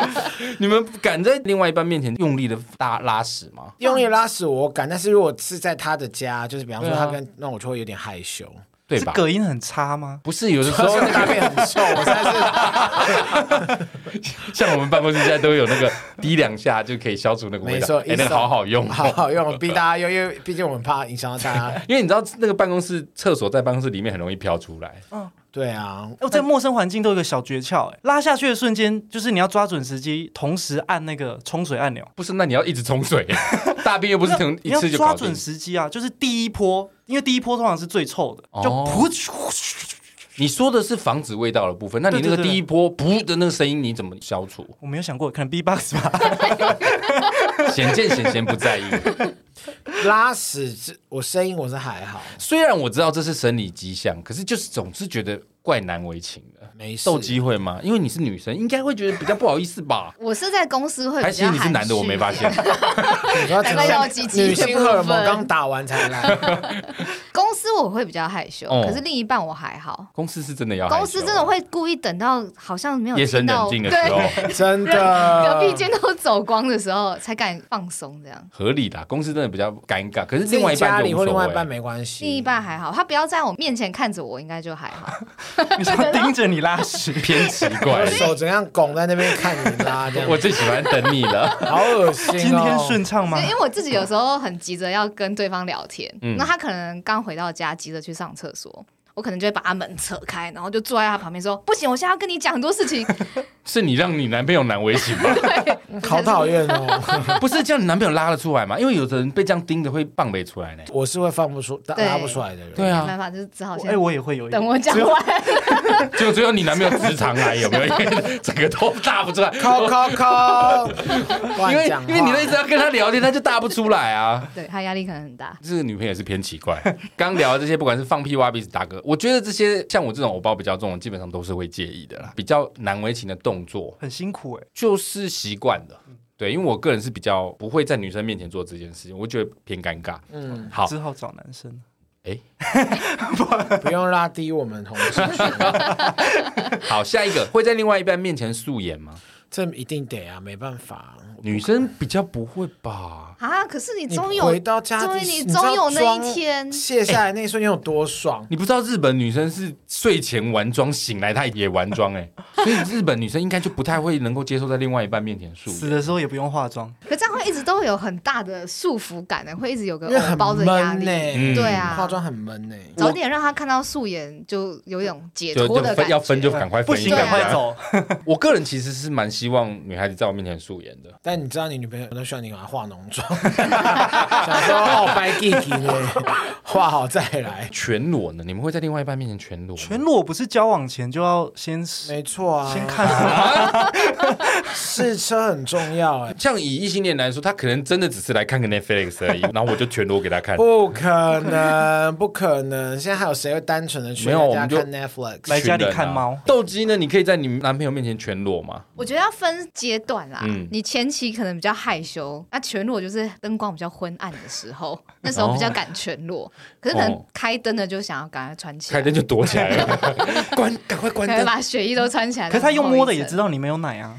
Speaker 1: 你们敢在另外一半面前用力的拉拉屎吗？
Speaker 2: 用力拉屎我敢，但是如果是在他的家，就是比方说
Speaker 1: 对啊
Speaker 2: 他跟，那我就会有点害羞。
Speaker 1: 对
Speaker 3: 是
Speaker 1: 吧？
Speaker 3: 隔音很差吗？
Speaker 1: 不是有 的时
Speaker 2: 可是
Speaker 1: 候
Speaker 2: 我，大便很臭，我现在 是
Speaker 1: 像我们办公室现在都有那个滴两下就可以消除那个味
Speaker 2: 没
Speaker 1: 道，
Speaker 2: 错，
Speaker 1: 哎，
Speaker 2: 一
Speaker 1: 那个
Speaker 2: 手
Speaker 1: 好好用。
Speaker 2: 好好用，逼大家用，因为毕竟我们怕影响到大 家。
Speaker 1: 因为你知道那个办公室厕所在办公室里面很容易飘出来，
Speaker 2: 对啊，
Speaker 3: 哦，在陌生环境都有一个小诀窍，哎，拉下去的瞬间，就是你要抓准时机，同时按那个冲水按钮。
Speaker 1: 不是？那你要一直冲 水，大便又不是能一
Speaker 3: 你要
Speaker 1: 次就
Speaker 3: 抓
Speaker 1: 搞定
Speaker 3: 准。时机啊，就是第一波，因为第一波通常是最臭的，就
Speaker 1: 哦
Speaker 3: 噗咻
Speaker 1: 你说的是防止味道的部分，那你那
Speaker 3: 对
Speaker 1: 个
Speaker 3: 对对
Speaker 1: 第一波噗的那个声音你怎么消除？
Speaker 3: 我没有想过，可能 B box 吧，
Speaker 1: 显见显贤不在意。
Speaker 2: 拉屎这我声音我是还好，
Speaker 1: 虽然我知道这是生理迹象，可是就是总是觉得怪难为情的。
Speaker 2: 没事。
Speaker 1: 斗鸡会吗？因为你是女生，应该会觉得比较不好意思吧
Speaker 4: 我是在公司会
Speaker 1: 还
Speaker 4: 比
Speaker 1: 是
Speaker 4: 较
Speaker 1: 你是男的，我没发
Speaker 4: 现。
Speaker 1: 现。
Speaker 2: 你说
Speaker 4: 难怪要积极
Speaker 2: 女性荷尔
Speaker 4: 这部
Speaker 2: 蒙
Speaker 4: 分
Speaker 2: 刚打完才 来，
Speaker 4: 公司我会比较害羞，
Speaker 1: 哦
Speaker 4: 可是另一半我还好。
Speaker 1: 公司是真的要害羞
Speaker 4: 公司真的会故意等到好像没有
Speaker 1: 夜深
Speaker 4: 听
Speaker 1: 人
Speaker 4: 到
Speaker 1: 静的时候呃
Speaker 4: 对，
Speaker 2: 真
Speaker 4: 隔壁
Speaker 2: 的。
Speaker 4: 间都走光的时候才敢放松这样。
Speaker 1: 合理的，公司真的比较尴尬。可是
Speaker 2: 自
Speaker 1: 另外
Speaker 2: 己
Speaker 1: 一
Speaker 2: 家
Speaker 1: 半
Speaker 2: 里
Speaker 1: 就
Speaker 2: 或
Speaker 1: 无
Speaker 2: 另
Speaker 1: 所
Speaker 2: 外
Speaker 1: 谓啊
Speaker 2: 一半没关系，
Speaker 4: 另一半还好，他不要在我面前看着我，应该就还好。
Speaker 3: 你说盯着你拉 屎，
Speaker 1: 偏奇怪
Speaker 2: 我。手怎样拱在那边看你拉这样
Speaker 1: 我，最喜欢等你 了。
Speaker 2: 好恶心哦。
Speaker 3: 今天顺畅吗
Speaker 4: 对，因？为我自己有时候很急着要跟对方聊天，
Speaker 1: 嗯
Speaker 4: 那他可能刚回到家，急着去上厕所。我可能就会把他门扯开，然后就坐在他旁边说：“不行，我现在要跟你讲很多事情。
Speaker 1: 是你让你男朋友难为情吗？
Speaker 2: 好讨厌 哦！
Speaker 1: 不是，这样你男朋友拉得出来吗？因为有的人被这样盯着会棒没出来呢。
Speaker 2: 我是会放不出、拉
Speaker 4: 对
Speaker 2: 拉不出来的人。
Speaker 1: 对”
Speaker 4: 没
Speaker 1: 啊，
Speaker 4: 办法，就是只好
Speaker 3: 我
Speaker 4: 先
Speaker 3: 哎，我也会有一
Speaker 4: 等我讲
Speaker 3: 只有
Speaker 4: 完。
Speaker 1: 就只有你男朋友直肠癌有没 有？因为整个都大不出来。
Speaker 2: 扣扣扣，
Speaker 1: 因为
Speaker 2: 乱讲话
Speaker 1: 因为你一直要跟他聊天，他就大不出来啊。
Speaker 4: 对他压力可能很大。
Speaker 1: 这个女朋友也是偏奇 怪。刚聊的这些，不管是放屁、挖鼻子、打嗝，我觉得这些像我这种偶包比较重的，基本上都是会介意的啦。比较难为情的动作，
Speaker 3: 很辛苦哎，
Speaker 1: 就是习惯的。对，因为我个人是比较不会在女生面前做这件事情，我觉得偏尴尬。
Speaker 2: 嗯，
Speaker 1: 好，
Speaker 3: 只好找男生。
Speaker 2: 不用拉低我们同事，
Speaker 1: 好，下一个会在另外一半面前素颜吗？
Speaker 2: 这一定得啊，没办法。
Speaker 1: 女生比较不会吧？
Speaker 4: 啊！可是你
Speaker 2: 你
Speaker 4: 终
Speaker 2: 回
Speaker 4: 有
Speaker 2: 到家，
Speaker 4: 终于你
Speaker 2: 知道
Speaker 4: 终有那一
Speaker 2: 妆
Speaker 4: 天
Speaker 2: 卸下来那一瞬间有多 爽。
Speaker 1: 你不知道日本女生是睡前完妆，醒来她也完妆哎、 所以日本女生应该就不太会能够接受在另外一半面前素
Speaker 3: 死
Speaker 1: 颜。
Speaker 3: 的时候也不用化妆，
Speaker 4: 可这样会一直都会有很大的束缚感的，会一直有个
Speaker 2: 因为很
Speaker 4: 偶包的压力。
Speaker 2: 闷欸
Speaker 1: 嗯
Speaker 4: 对啊，
Speaker 2: 化妆很闷呢、
Speaker 4: 早点让他看到素颜，就有一种解
Speaker 1: 就
Speaker 4: 脱
Speaker 1: 就
Speaker 4: 的感
Speaker 1: 分
Speaker 4: 觉。
Speaker 1: 要分就赶快
Speaker 3: 不
Speaker 1: 分，
Speaker 3: 行
Speaker 1: 一定
Speaker 3: 赶
Speaker 1: 要
Speaker 3: 快走。
Speaker 1: 我个人其实是蛮希望女孩子在我面前素颜的，
Speaker 2: 但你知道你女朋友都需要你给她化浓 妆，想说哦白 g e e 呢，化好再来。
Speaker 1: 全裸呢？你们会在另外一半面前全裸？
Speaker 3: 全？裸不是交往前就要先
Speaker 2: 没错啊，
Speaker 3: 先看，
Speaker 2: 试车很重要哎、
Speaker 1: 像以异性恋来说，他可能真的只是来看个 Netflix 而已，然后我就全裸给他看。
Speaker 2: 不可能，不可能！现在还有谁会单纯的去
Speaker 1: 没有我
Speaker 2: 人家
Speaker 1: 们就
Speaker 2: 看 Netflix？
Speaker 3: 来家里
Speaker 1: 群人啊
Speaker 3: 看猫
Speaker 1: 斗鸡呢？你可以在你男朋友面前全裸 吗？
Speaker 4: 我觉得要分阶段啦。
Speaker 1: 嗯
Speaker 4: 你前期可能比较害羞，那全裸就是灯光比较昏暗的时 候，那时候比较敢全裸。可是可能
Speaker 1: 哦
Speaker 4: 开灯的就想要赶快穿起来，
Speaker 1: 开灯就躲起来了， 关，赶快关
Speaker 4: 可能
Speaker 1: 灯。
Speaker 4: 把雪衣都穿起来。
Speaker 3: 可是他用摸的也
Speaker 4: 然后
Speaker 3: 知道你没有奶啊，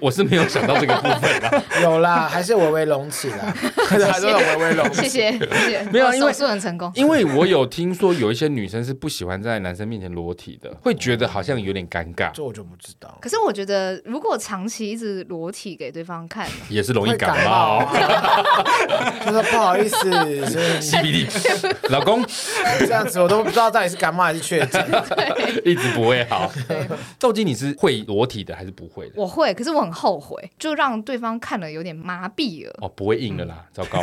Speaker 1: 我是没有想到这个部分啦。
Speaker 2: 有啦，还是微微隆起啦，
Speaker 1: 还是有微微隆
Speaker 4: 谢谢谢谢，
Speaker 1: 没有啊
Speaker 4: 我
Speaker 1: 因为
Speaker 4: 手术很成 功。
Speaker 1: 因为我有听说有一些女生是不喜欢在男生面前裸体的，会觉得好像有点尴尬，
Speaker 2: 这我就不知道。
Speaker 4: 可是我觉得，如果长期一直裸体给对方看，
Speaker 1: 也是容易感
Speaker 2: 会感
Speaker 1: 冒。
Speaker 2: 就说不好意思，所以
Speaker 1: CBD，老公
Speaker 2: 这样子我都不知道到底是感冒还是确诊。
Speaker 1: 一直不会好。
Speaker 4: 对
Speaker 1: 豆精你是会裸体的还是不会的？
Speaker 4: 我会，可是我很后悔，就让对方看了有点麻痹了。
Speaker 1: 哦，不会硬的啦，糟糕。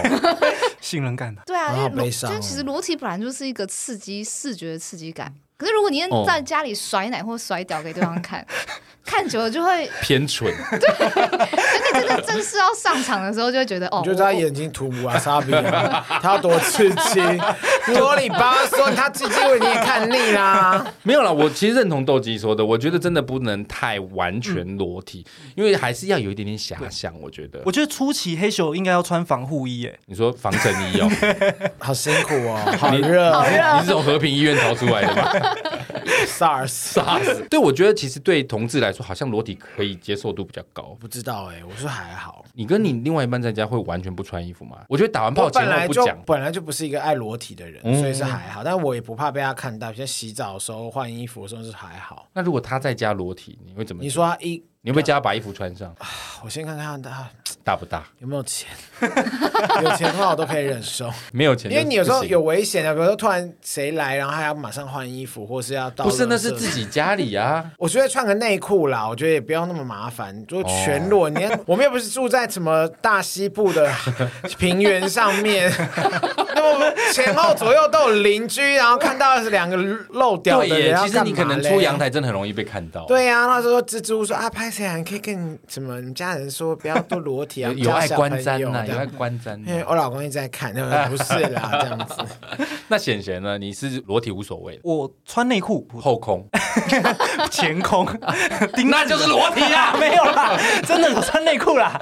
Speaker 3: 信任感的、
Speaker 4: 对啊，
Speaker 2: 啊
Speaker 4: 因为
Speaker 2: 好
Speaker 4: 裸
Speaker 2: 悲伤哦
Speaker 4: 就其实裸体本来就是一个刺激视觉的刺激感。可是如果你
Speaker 1: 哦
Speaker 4: 在家里甩奶或甩屌给对方看， 看久了就会，
Speaker 1: 偏蠢，
Speaker 4: 而且真的正式要上场的时候，就会觉得哦，
Speaker 2: 你就知道他
Speaker 4: 我
Speaker 2: 眼睛涂啊，沙比啊，他要多 刺激，啰里吧嗦，他刺激我你也看腻啦。
Speaker 1: 没有啦。我其实认同豆鸡说的，我觉得真的不能太完全裸体，因为还是要有一点点遐想。我觉得
Speaker 3: 我，觉得初期黑熊应该要穿防护衣，哎，
Speaker 1: 你说防尘医哦，
Speaker 2: 好辛苦哦，好热哦
Speaker 1: 你是从和平医院逃出来的吗？
Speaker 2: ，SARS。
Speaker 1: 打死。 对，我觉得其实对同志来说，好像裸体可以接受度比较高。
Speaker 2: 不知道哎、我说还好。
Speaker 1: 你跟你另外一半在家会完全不穿衣服吗？我觉得打完炮
Speaker 2: 嗯我
Speaker 1: 前
Speaker 2: 本来
Speaker 1: 后不
Speaker 2: 就
Speaker 1: 讲，
Speaker 2: 本来就不是一个爱裸体的人，
Speaker 1: 嗯
Speaker 2: 所以是还好。但我也不怕被他看到，像洗澡的时候、换衣服的时候是还好。
Speaker 1: 那如果他在家裸体，你会怎么？
Speaker 2: 你，说他啊一，
Speaker 1: 你会不会叫他把衣服穿上？
Speaker 2: 我先看看他
Speaker 1: 大不大？
Speaker 2: 有没有钱， 有钱的话我都可以 忍受。
Speaker 1: 没有钱就不行，
Speaker 2: 因为你有时候有危险的，比如说突然谁来，然后还要马上换衣服，或是要到
Speaker 1: 不是，
Speaker 2: 垃圾
Speaker 1: 那是自。己家里啊。
Speaker 2: 我觉得穿个内裤啦，我觉得也不要那么麻烦，就全裸。你
Speaker 1: 哦
Speaker 2: 看，我们又不是住在什么大西部的平原上面， 那么前后左右都有邻居，然后看到是两个露 屌
Speaker 1: 对
Speaker 2: 的
Speaker 1: 耶
Speaker 2: 人，，
Speaker 1: 其实你可能出阳
Speaker 2: 台。
Speaker 1: 台真的很容易被看到。，
Speaker 2: 对呀、那时候蜘蛛说啊，拍谁啊？你可以跟你什么你家人说，不要多裸体啊，
Speaker 1: 有
Speaker 2: 我们
Speaker 1: 有
Speaker 2: 家
Speaker 1: 爱
Speaker 2: 小
Speaker 1: 观
Speaker 2: 朋
Speaker 1: 瞻啊
Speaker 2: 友哦
Speaker 1: 呐，
Speaker 2: 这
Speaker 1: 有爱
Speaker 2: 样
Speaker 1: 观瞻
Speaker 2: 因为
Speaker 1: 呐。
Speaker 2: 我老公一直在看，那个不是啦，这样子。
Speaker 1: 那显贤呢？你是裸体无所谓的，
Speaker 3: 我穿内裤，
Speaker 1: 后 空，
Speaker 3: 前 空，钉
Speaker 1: 那就是裸体 啊。
Speaker 3: 没有啦，真的有穿内 裤啦。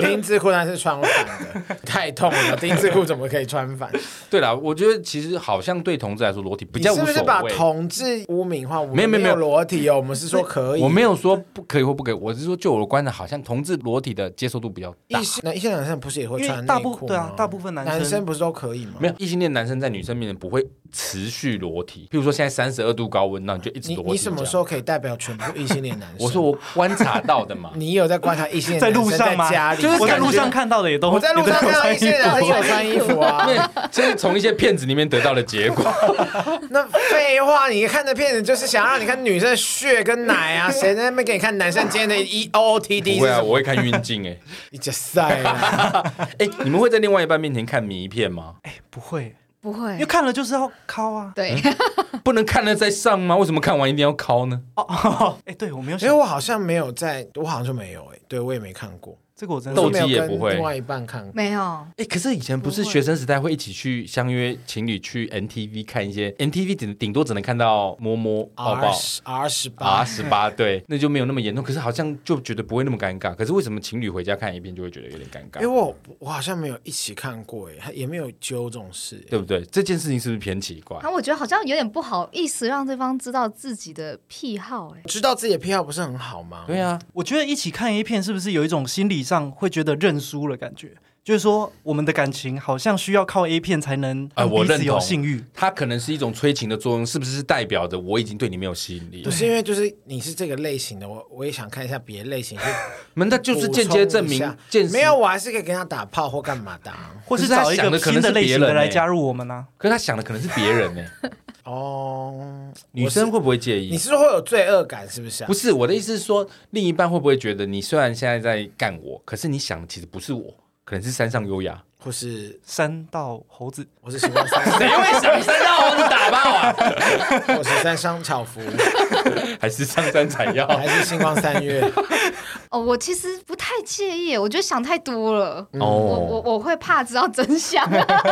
Speaker 2: 丁字裤那是穿反的，太痛了。丁字裤怎么可以穿反？
Speaker 1: 对啦，我觉得其实好像对同志来说，裸体比
Speaker 2: 你
Speaker 1: 较
Speaker 2: 是
Speaker 1: 无
Speaker 2: 不是
Speaker 1: 所
Speaker 2: 把
Speaker 1: 谓。
Speaker 2: 同志污名化？我们
Speaker 1: 没有没有
Speaker 2: 没
Speaker 1: 没有
Speaker 2: 裸体哦，我们是说可以。
Speaker 1: 我没有说不可以或不可以，我是说就我的观点，好像同志裸体的接受度比较大
Speaker 2: 一。些那一些男生不是也会
Speaker 3: 因
Speaker 2: 穿
Speaker 3: 为
Speaker 2: 内
Speaker 3: 大
Speaker 2: 裤吗
Speaker 3: 部对啊，大部分男生
Speaker 2: 男生不是都可以吗？
Speaker 1: 没有异性恋男生在女生面前不会持续裸体，譬如说现在三十二度高温，那你就一直
Speaker 2: 你
Speaker 1: 裸体。
Speaker 2: 你什么时？候可以代表全部异性恋男生？。
Speaker 1: 我说我观察到的 嘛
Speaker 2: 你有在观察异性恋
Speaker 3: 在
Speaker 2: 男
Speaker 3: 路
Speaker 2: 生
Speaker 3: 上吗？
Speaker 2: 家里，
Speaker 3: 就是我在
Speaker 2: 感觉
Speaker 3: 路上，看到的也都，
Speaker 2: 我在路上看到异性恋男生有穿衣服啊。
Speaker 1: 因为这是从一些骗子里面得到的结 果。
Speaker 2: 那废话，你看的片子就是想让你看女生的血跟奶 啊，谁在那边给你看男生今天的 E O T D
Speaker 1: 不
Speaker 2: 是
Speaker 1: 会啊，
Speaker 2: 什么？
Speaker 1: 我会看运镜 哎、
Speaker 2: 一直塞 啊！
Speaker 1: 哎、你们会在另外一半面前看迷片 吗？欸
Speaker 3: 哎，不会，
Speaker 4: 不
Speaker 3: 因为
Speaker 4: 会，
Speaker 3: 看了就是要敲 啊。
Speaker 4: 对，
Speaker 1: 不能看了再上吗？为什么看完一定要敲呢？
Speaker 3: 哦，哎，对我没有
Speaker 2: 因
Speaker 3: 想
Speaker 1: 啊
Speaker 2: 为我好像没有在，我好像就没有哎、对我也没看过，
Speaker 3: 这个，我真
Speaker 1: 斗
Speaker 2: 我都
Speaker 3: 的
Speaker 1: 鸡
Speaker 2: 没有
Speaker 1: 也
Speaker 2: 跟
Speaker 1: 不会
Speaker 2: 另外一半看过。
Speaker 4: 没有，
Speaker 1: 哎、可是以前不是
Speaker 4: 不会
Speaker 1: 学生时代会一起去相约情侣去 NTV 看一些 NTV 顶顶多只能看到摸摸抱
Speaker 2: R
Speaker 1: 抱。
Speaker 2: 十 R 十
Speaker 1: R
Speaker 2: 八，
Speaker 1: 十 八对，啊那就没有那么严重，可是好像就觉得不会那么尴尬。可是为什么情侣回家看一遍就会觉得有点尴
Speaker 2: 因为
Speaker 1: 尬，
Speaker 2: 我我好像没有一起看过哎、也没有揪这种事、哎
Speaker 1: 对不对？这件事情是不是偏奇怪
Speaker 4: 然？后我觉得好像有点不好意思让对方知道自己的癖好、哎，
Speaker 2: 知道自己的癖好不是很好吗？
Speaker 1: 对啊，
Speaker 3: 我觉得一起看 A 片是不是有一种心理上会觉得认输的感觉？就是说，我们的感情好像需要靠 A 片才能
Speaker 1: 哎
Speaker 3: 让
Speaker 1: 我
Speaker 3: 彼
Speaker 1: 认
Speaker 3: 此有
Speaker 1: 同
Speaker 3: 性欲。
Speaker 1: 它可能是一种催情的作用，是不是代表着我已经对你没有吸引力
Speaker 2: 不？是因为就是你是这个类型的，我我也想看一下别的类型，就
Speaker 1: 那那 就是间接证明
Speaker 2: 补充一下，
Speaker 1: 见识
Speaker 2: 没有，。我还是可以跟他打炮或干嘛的啊、
Speaker 3: 或
Speaker 1: 可是他
Speaker 3: 找一
Speaker 1: 想的
Speaker 3: 个
Speaker 1: 可能
Speaker 3: 新的
Speaker 1: 是
Speaker 3: 类
Speaker 1: 别
Speaker 3: 型的
Speaker 1: 人
Speaker 3: 来
Speaker 1: 欸
Speaker 3: 加入我们啊，
Speaker 1: 可是他想的可能是别 人呢、
Speaker 2: 哦，
Speaker 1: 女生会不会介
Speaker 2: 你
Speaker 1: 意？
Speaker 2: 是说会有罪恶感是不是、啊？
Speaker 1: 不是我的意思是说，另一半会不会觉得你虽然现在在干我，可是你想的其实不是我，可能是山上优雅。
Speaker 2: 或是
Speaker 3: 山道猴子。
Speaker 2: 我是喜欢三，
Speaker 1: 谁会想山上猴子打爆 啊？
Speaker 2: 我是三商巧福，
Speaker 1: 还是上山采药？
Speaker 2: 还是星光三月？
Speaker 4: 哦，我其实不太介意，我觉得想太多了。我我
Speaker 1: 哦，
Speaker 4: 我会怕知道真相。啊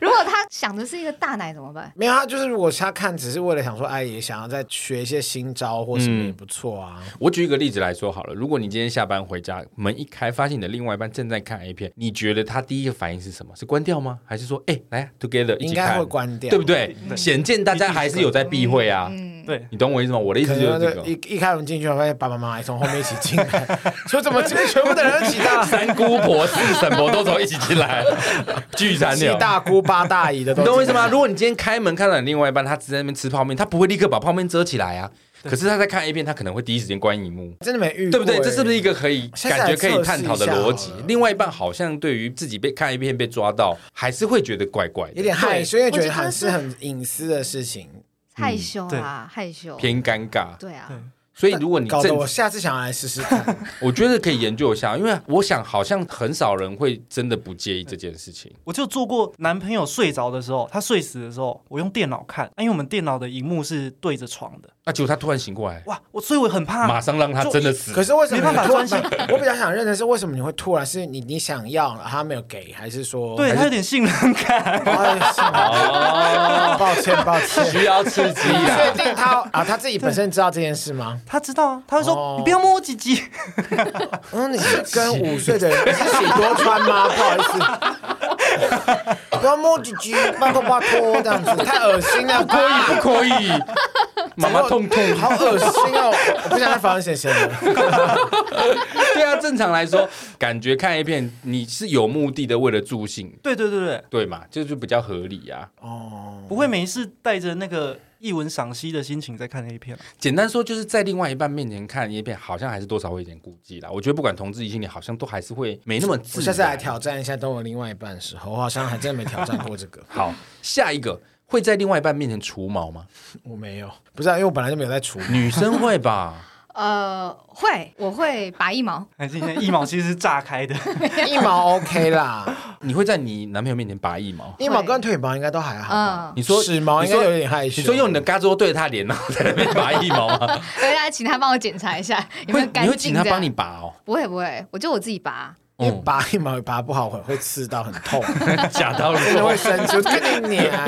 Speaker 4: 如果他想的是一个大奶怎么办？
Speaker 2: 没有啊，就是如果他看只是为了想说，哎，也想要再学一些新招或什么也不错啊。
Speaker 1: 我举一个例子来说好了，如果你今天下班回家，门一开，发现你的另外一半正在看 A 片，你觉得他第一个反应是什么？是关掉吗？还是说，哎、来啊 together 一
Speaker 2: 应
Speaker 1: 起
Speaker 2: 该
Speaker 1: 看
Speaker 2: 会？关掉，
Speaker 1: 对不对？显见大家还是有在避讳啊。
Speaker 3: 对，
Speaker 1: 你懂我意思吗？我的意
Speaker 2: 嗯可
Speaker 1: 思就是
Speaker 2: 能
Speaker 1: 这
Speaker 2: 就
Speaker 1: 个
Speaker 2: 一一开门进去，我发现爸爸妈妈也从后面一起进来， 说怎么这边全部的人都起大
Speaker 1: 三姑婆、四婶婆都从一起进 来，聚餐
Speaker 2: 七
Speaker 1: 了。
Speaker 2: 大姑八大姨的都
Speaker 1: 你
Speaker 2: 进来，
Speaker 1: 懂我意思吗？如果你今天开门看到你另外一半，他只在那边吃泡面，他不会立刻把泡面遮起来啊。可是他在看 A 片，他可能会第一时间关荧幕，
Speaker 2: 真的没遇过，欸
Speaker 1: 对不对？这是不是一个可以
Speaker 2: 下次来
Speaker 1: 感觉可以探讨的逻
Speaker 2: 测试
Speaker 1: 辑
Speaker 2: 一下好了？
Speaker 1: 另外一半好像对于自己被看 A 片被抓到，还是会觉得怪怪
Speaker 2: 有
Speaker 1: 的，
Speaker 2: 点害羞，因为觉
Speaker 4: 我
Speaker 2: 得
Speaker 4: 觉得
Speaker 2: 很
Speaker 4: 是
Speaker 2: 是很隐私的事情，
Speaker 4: 害羞啊，
Speaker 3: 对
Speaker 4: 害羞，
Speaker 1: 偏尴尬。
Speaker 4: 对啊，
Speaker 1: 所以如果你
Speaker 2: 搞得
Speaker 1: 正
Speaker 2: 我下次想要来试试 看。
Speaker 1: 我觉得可以研究一下，因为我想好像很少人会真的不介意这件事情。
Speaker 3: 我就做过男朋友睡着的时候，他睡死的时候，我用电脑看，啊因为我们电脑的荧幕是对着床的，
Speaker 1: 那、结果他突然醒过来，
Speaker 3: 哇，我所以我很
Speaker 2: 啊
Speaker 3: 怕，
Speaker 1: 马上让他真的死。
Speaker 2: 可是为什么
Speaker 3: 没办法
Speaker 2: 你突然
Speaker 3: 专
Speaker 2: 我比较想认的是，为什么你会突然是你你想要了，他没有给，还是说
Speaker 3: 对他有点信任感，
Speaker 2: 哎是 吗抱歉抱歉，
Speaker 1: 哦需要刺激
Speaker 2: 你
Speaker 1: 啦
Speaker 2: 确定他啊他自己本身知道这件事吗？
Speaker 3: 他知道啊，他会说、
Speaker 2: 哦
Speaker 3: 你不要摸我鸡鸡，
Speaker 2: 嗯，你是跟五岁的人你是许多川吗？不好意思。不要摸几句，拜托拜托，这样子太恶心了，
Speaker 1: 可以不 可以？妈妈痛痛。
Speaker 2: 好恶心哦！我不想再访问谁谁了。
Speaker 1: 对啊，正常来说，感觉看 A 片你是有目的的，为了助兴，
Speaker 3: 对对对对，
Speaker 1: 对嘛？这就比较合理啊。
Speaker 2: 哦，
Speaker 3: 不会每一次带着那个一文赏析的心情在看 A 片啊、
Speaker 1: 简单说，就是在另外一半面前看 A 片，好像还是多少会有点顾忌啦。我觉得不管同志异性恋，好像都还是会没那么自然。
Speaker 2: 我下次来挑战一下，等我另外一半的时候，我好像还真的没挑战过 这个，
Speaker 1: 好，下一个会在另外一半面前除毛吗？
Speaker 2: 我没有，不啊知道，因为我本来就没有在除。
Speaker 1: 女生会吧？
Speaker 4: 呃，会，我会拔一毛，
Speaker 3: 还是那一毛其实是炸开的，
Speaker 2: 一毛 OK 啦，
Speaker 1: 你会在你男朋友面前拔一毛？
Speaker 2: 一毛跟腿毛应该都还好吧。
Speaker 4: 嗯
Speaker 1: 你说
Speaker 2: 屎毛应该有点害羞。
Speaker 1: 你说用你的嘎吱窝对着他脸，哦然后啊 在那边拔一毛吗？
Speaker 4: 回来请他帮我检查一下有
Speaker 1: 会
Speaker 4: 没有干净。
Speaker 1: 你会请他帮你？拔哦？
Speaker 4: 不会不会，我就我自己拔。
Speaker 1: 嗯
Speaker 2: 因为拔一毛也拔不好，会会刺到，很 痛，
Speaker 1: 假到了，
Speaker 2: 真的会生出跟你娘 呀！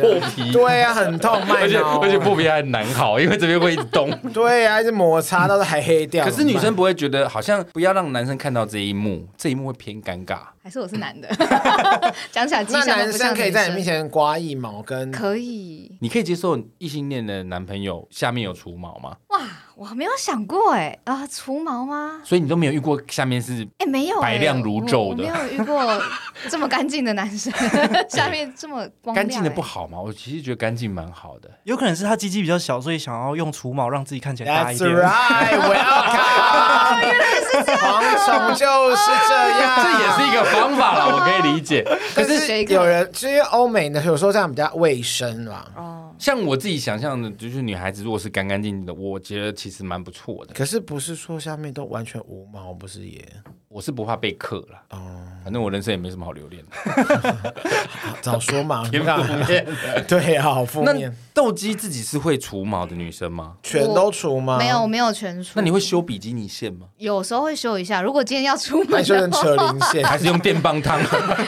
Speaker 1: 破皮
Speaker 2: 对呀，很痛，卖
Speaker 1: 而且
Speaker 2: 脑啊，
Speaker 1: 而且破皮还很难好，因为这边会一直动。
Speaker 2: 对啊呀，一直摩擦到是还黑 掉。
Speaker 1: 可是女
Speaker 2: 怎
Speaker 1: 生
Speaker 2: 么
Speaker 1: 不会觉得，好像不要让男生看到这一幕，这一幕会偏尴尬。
Speaker 4: 还是我是男的，讲起来迹
Speaker 2: 办
Speaker 4: 象
Speaker 2: 那
Speaker 4: 都
Speaker 2: 男
Speaker 4: 不像
Speaker 2: 生可以
Speaker 4: 女
Speaker 2: 在你面前刮一毛跟
Speaker 4: 可以
Speaker 1: 你可以接受异性恋的男朋友下面有除毛吗？
Speaker 4: 哇，我没有想过哎、啊，除毛吗？
Speaker 1: 所以你都没有遇过下面是
Speaker 4: 哎、没有、欸，
Speaker 1: 白亮如昼的
Speaker 4: 我我没有遇过这么干净的男生，下面这么光亮、哎
Speaker 1: 干净的不
Speaker 4: 好，
Speaker 1: 好吗？我其实觉得干净蛮好的。
Speaker 3: 有可能是他鸡鸡比较小，所以想要用除毛让自己看起来大一
Speaker 2: That's
Speaker 3: 点。
Speaker 2: right，我 要看。蝗虫就是这样，
Speaker 1: 这也
Speaker 4: 哦
Speaker 1: 是一个方法啦，我可以理解。
Speaker 2: 但
Speaker 4: 谁
Speaker 2: 是
Speaker 4: 看
Speaker 2: 有人，就是因为欧美呢，有时候这样比较卫生啊嘛。
Speaker 4: 哦，
Speaker 1: 像我自己想象的，就是女孩子如果是干干净净的，我觉得其实蛮不错的。
Speaker 2: 可是不是说下面都完全无毛，不是也？
Speaker 1: 我是不怕被克啦，
Speaker 2: 哦，
Speaker 1: 反正我人生也没什么好留 恋的。
Speaker 2: 早 说嘛，
Speaker 1: 偏负面
Speaker 2: 对啊，好负
Speaker 1: 那
Speaker 2: 面，嗯
Speaker 1: 斗鸡自己是会除毛的女生吗？
Speaker 2: 全都除吗？
Speaker 4: 没有，我，没有全除。
Speaker 1: 那你会修比基尼线吗？
Speaker 4: 有时候会修一下，如果今天要出
Speaker 2: 那
Speaker 4: 门
Speaker 2: 你就能
Speaker 4: 的话，
Speaker 2: 扯零线，
Speaker 1: 还是用电棒 烫？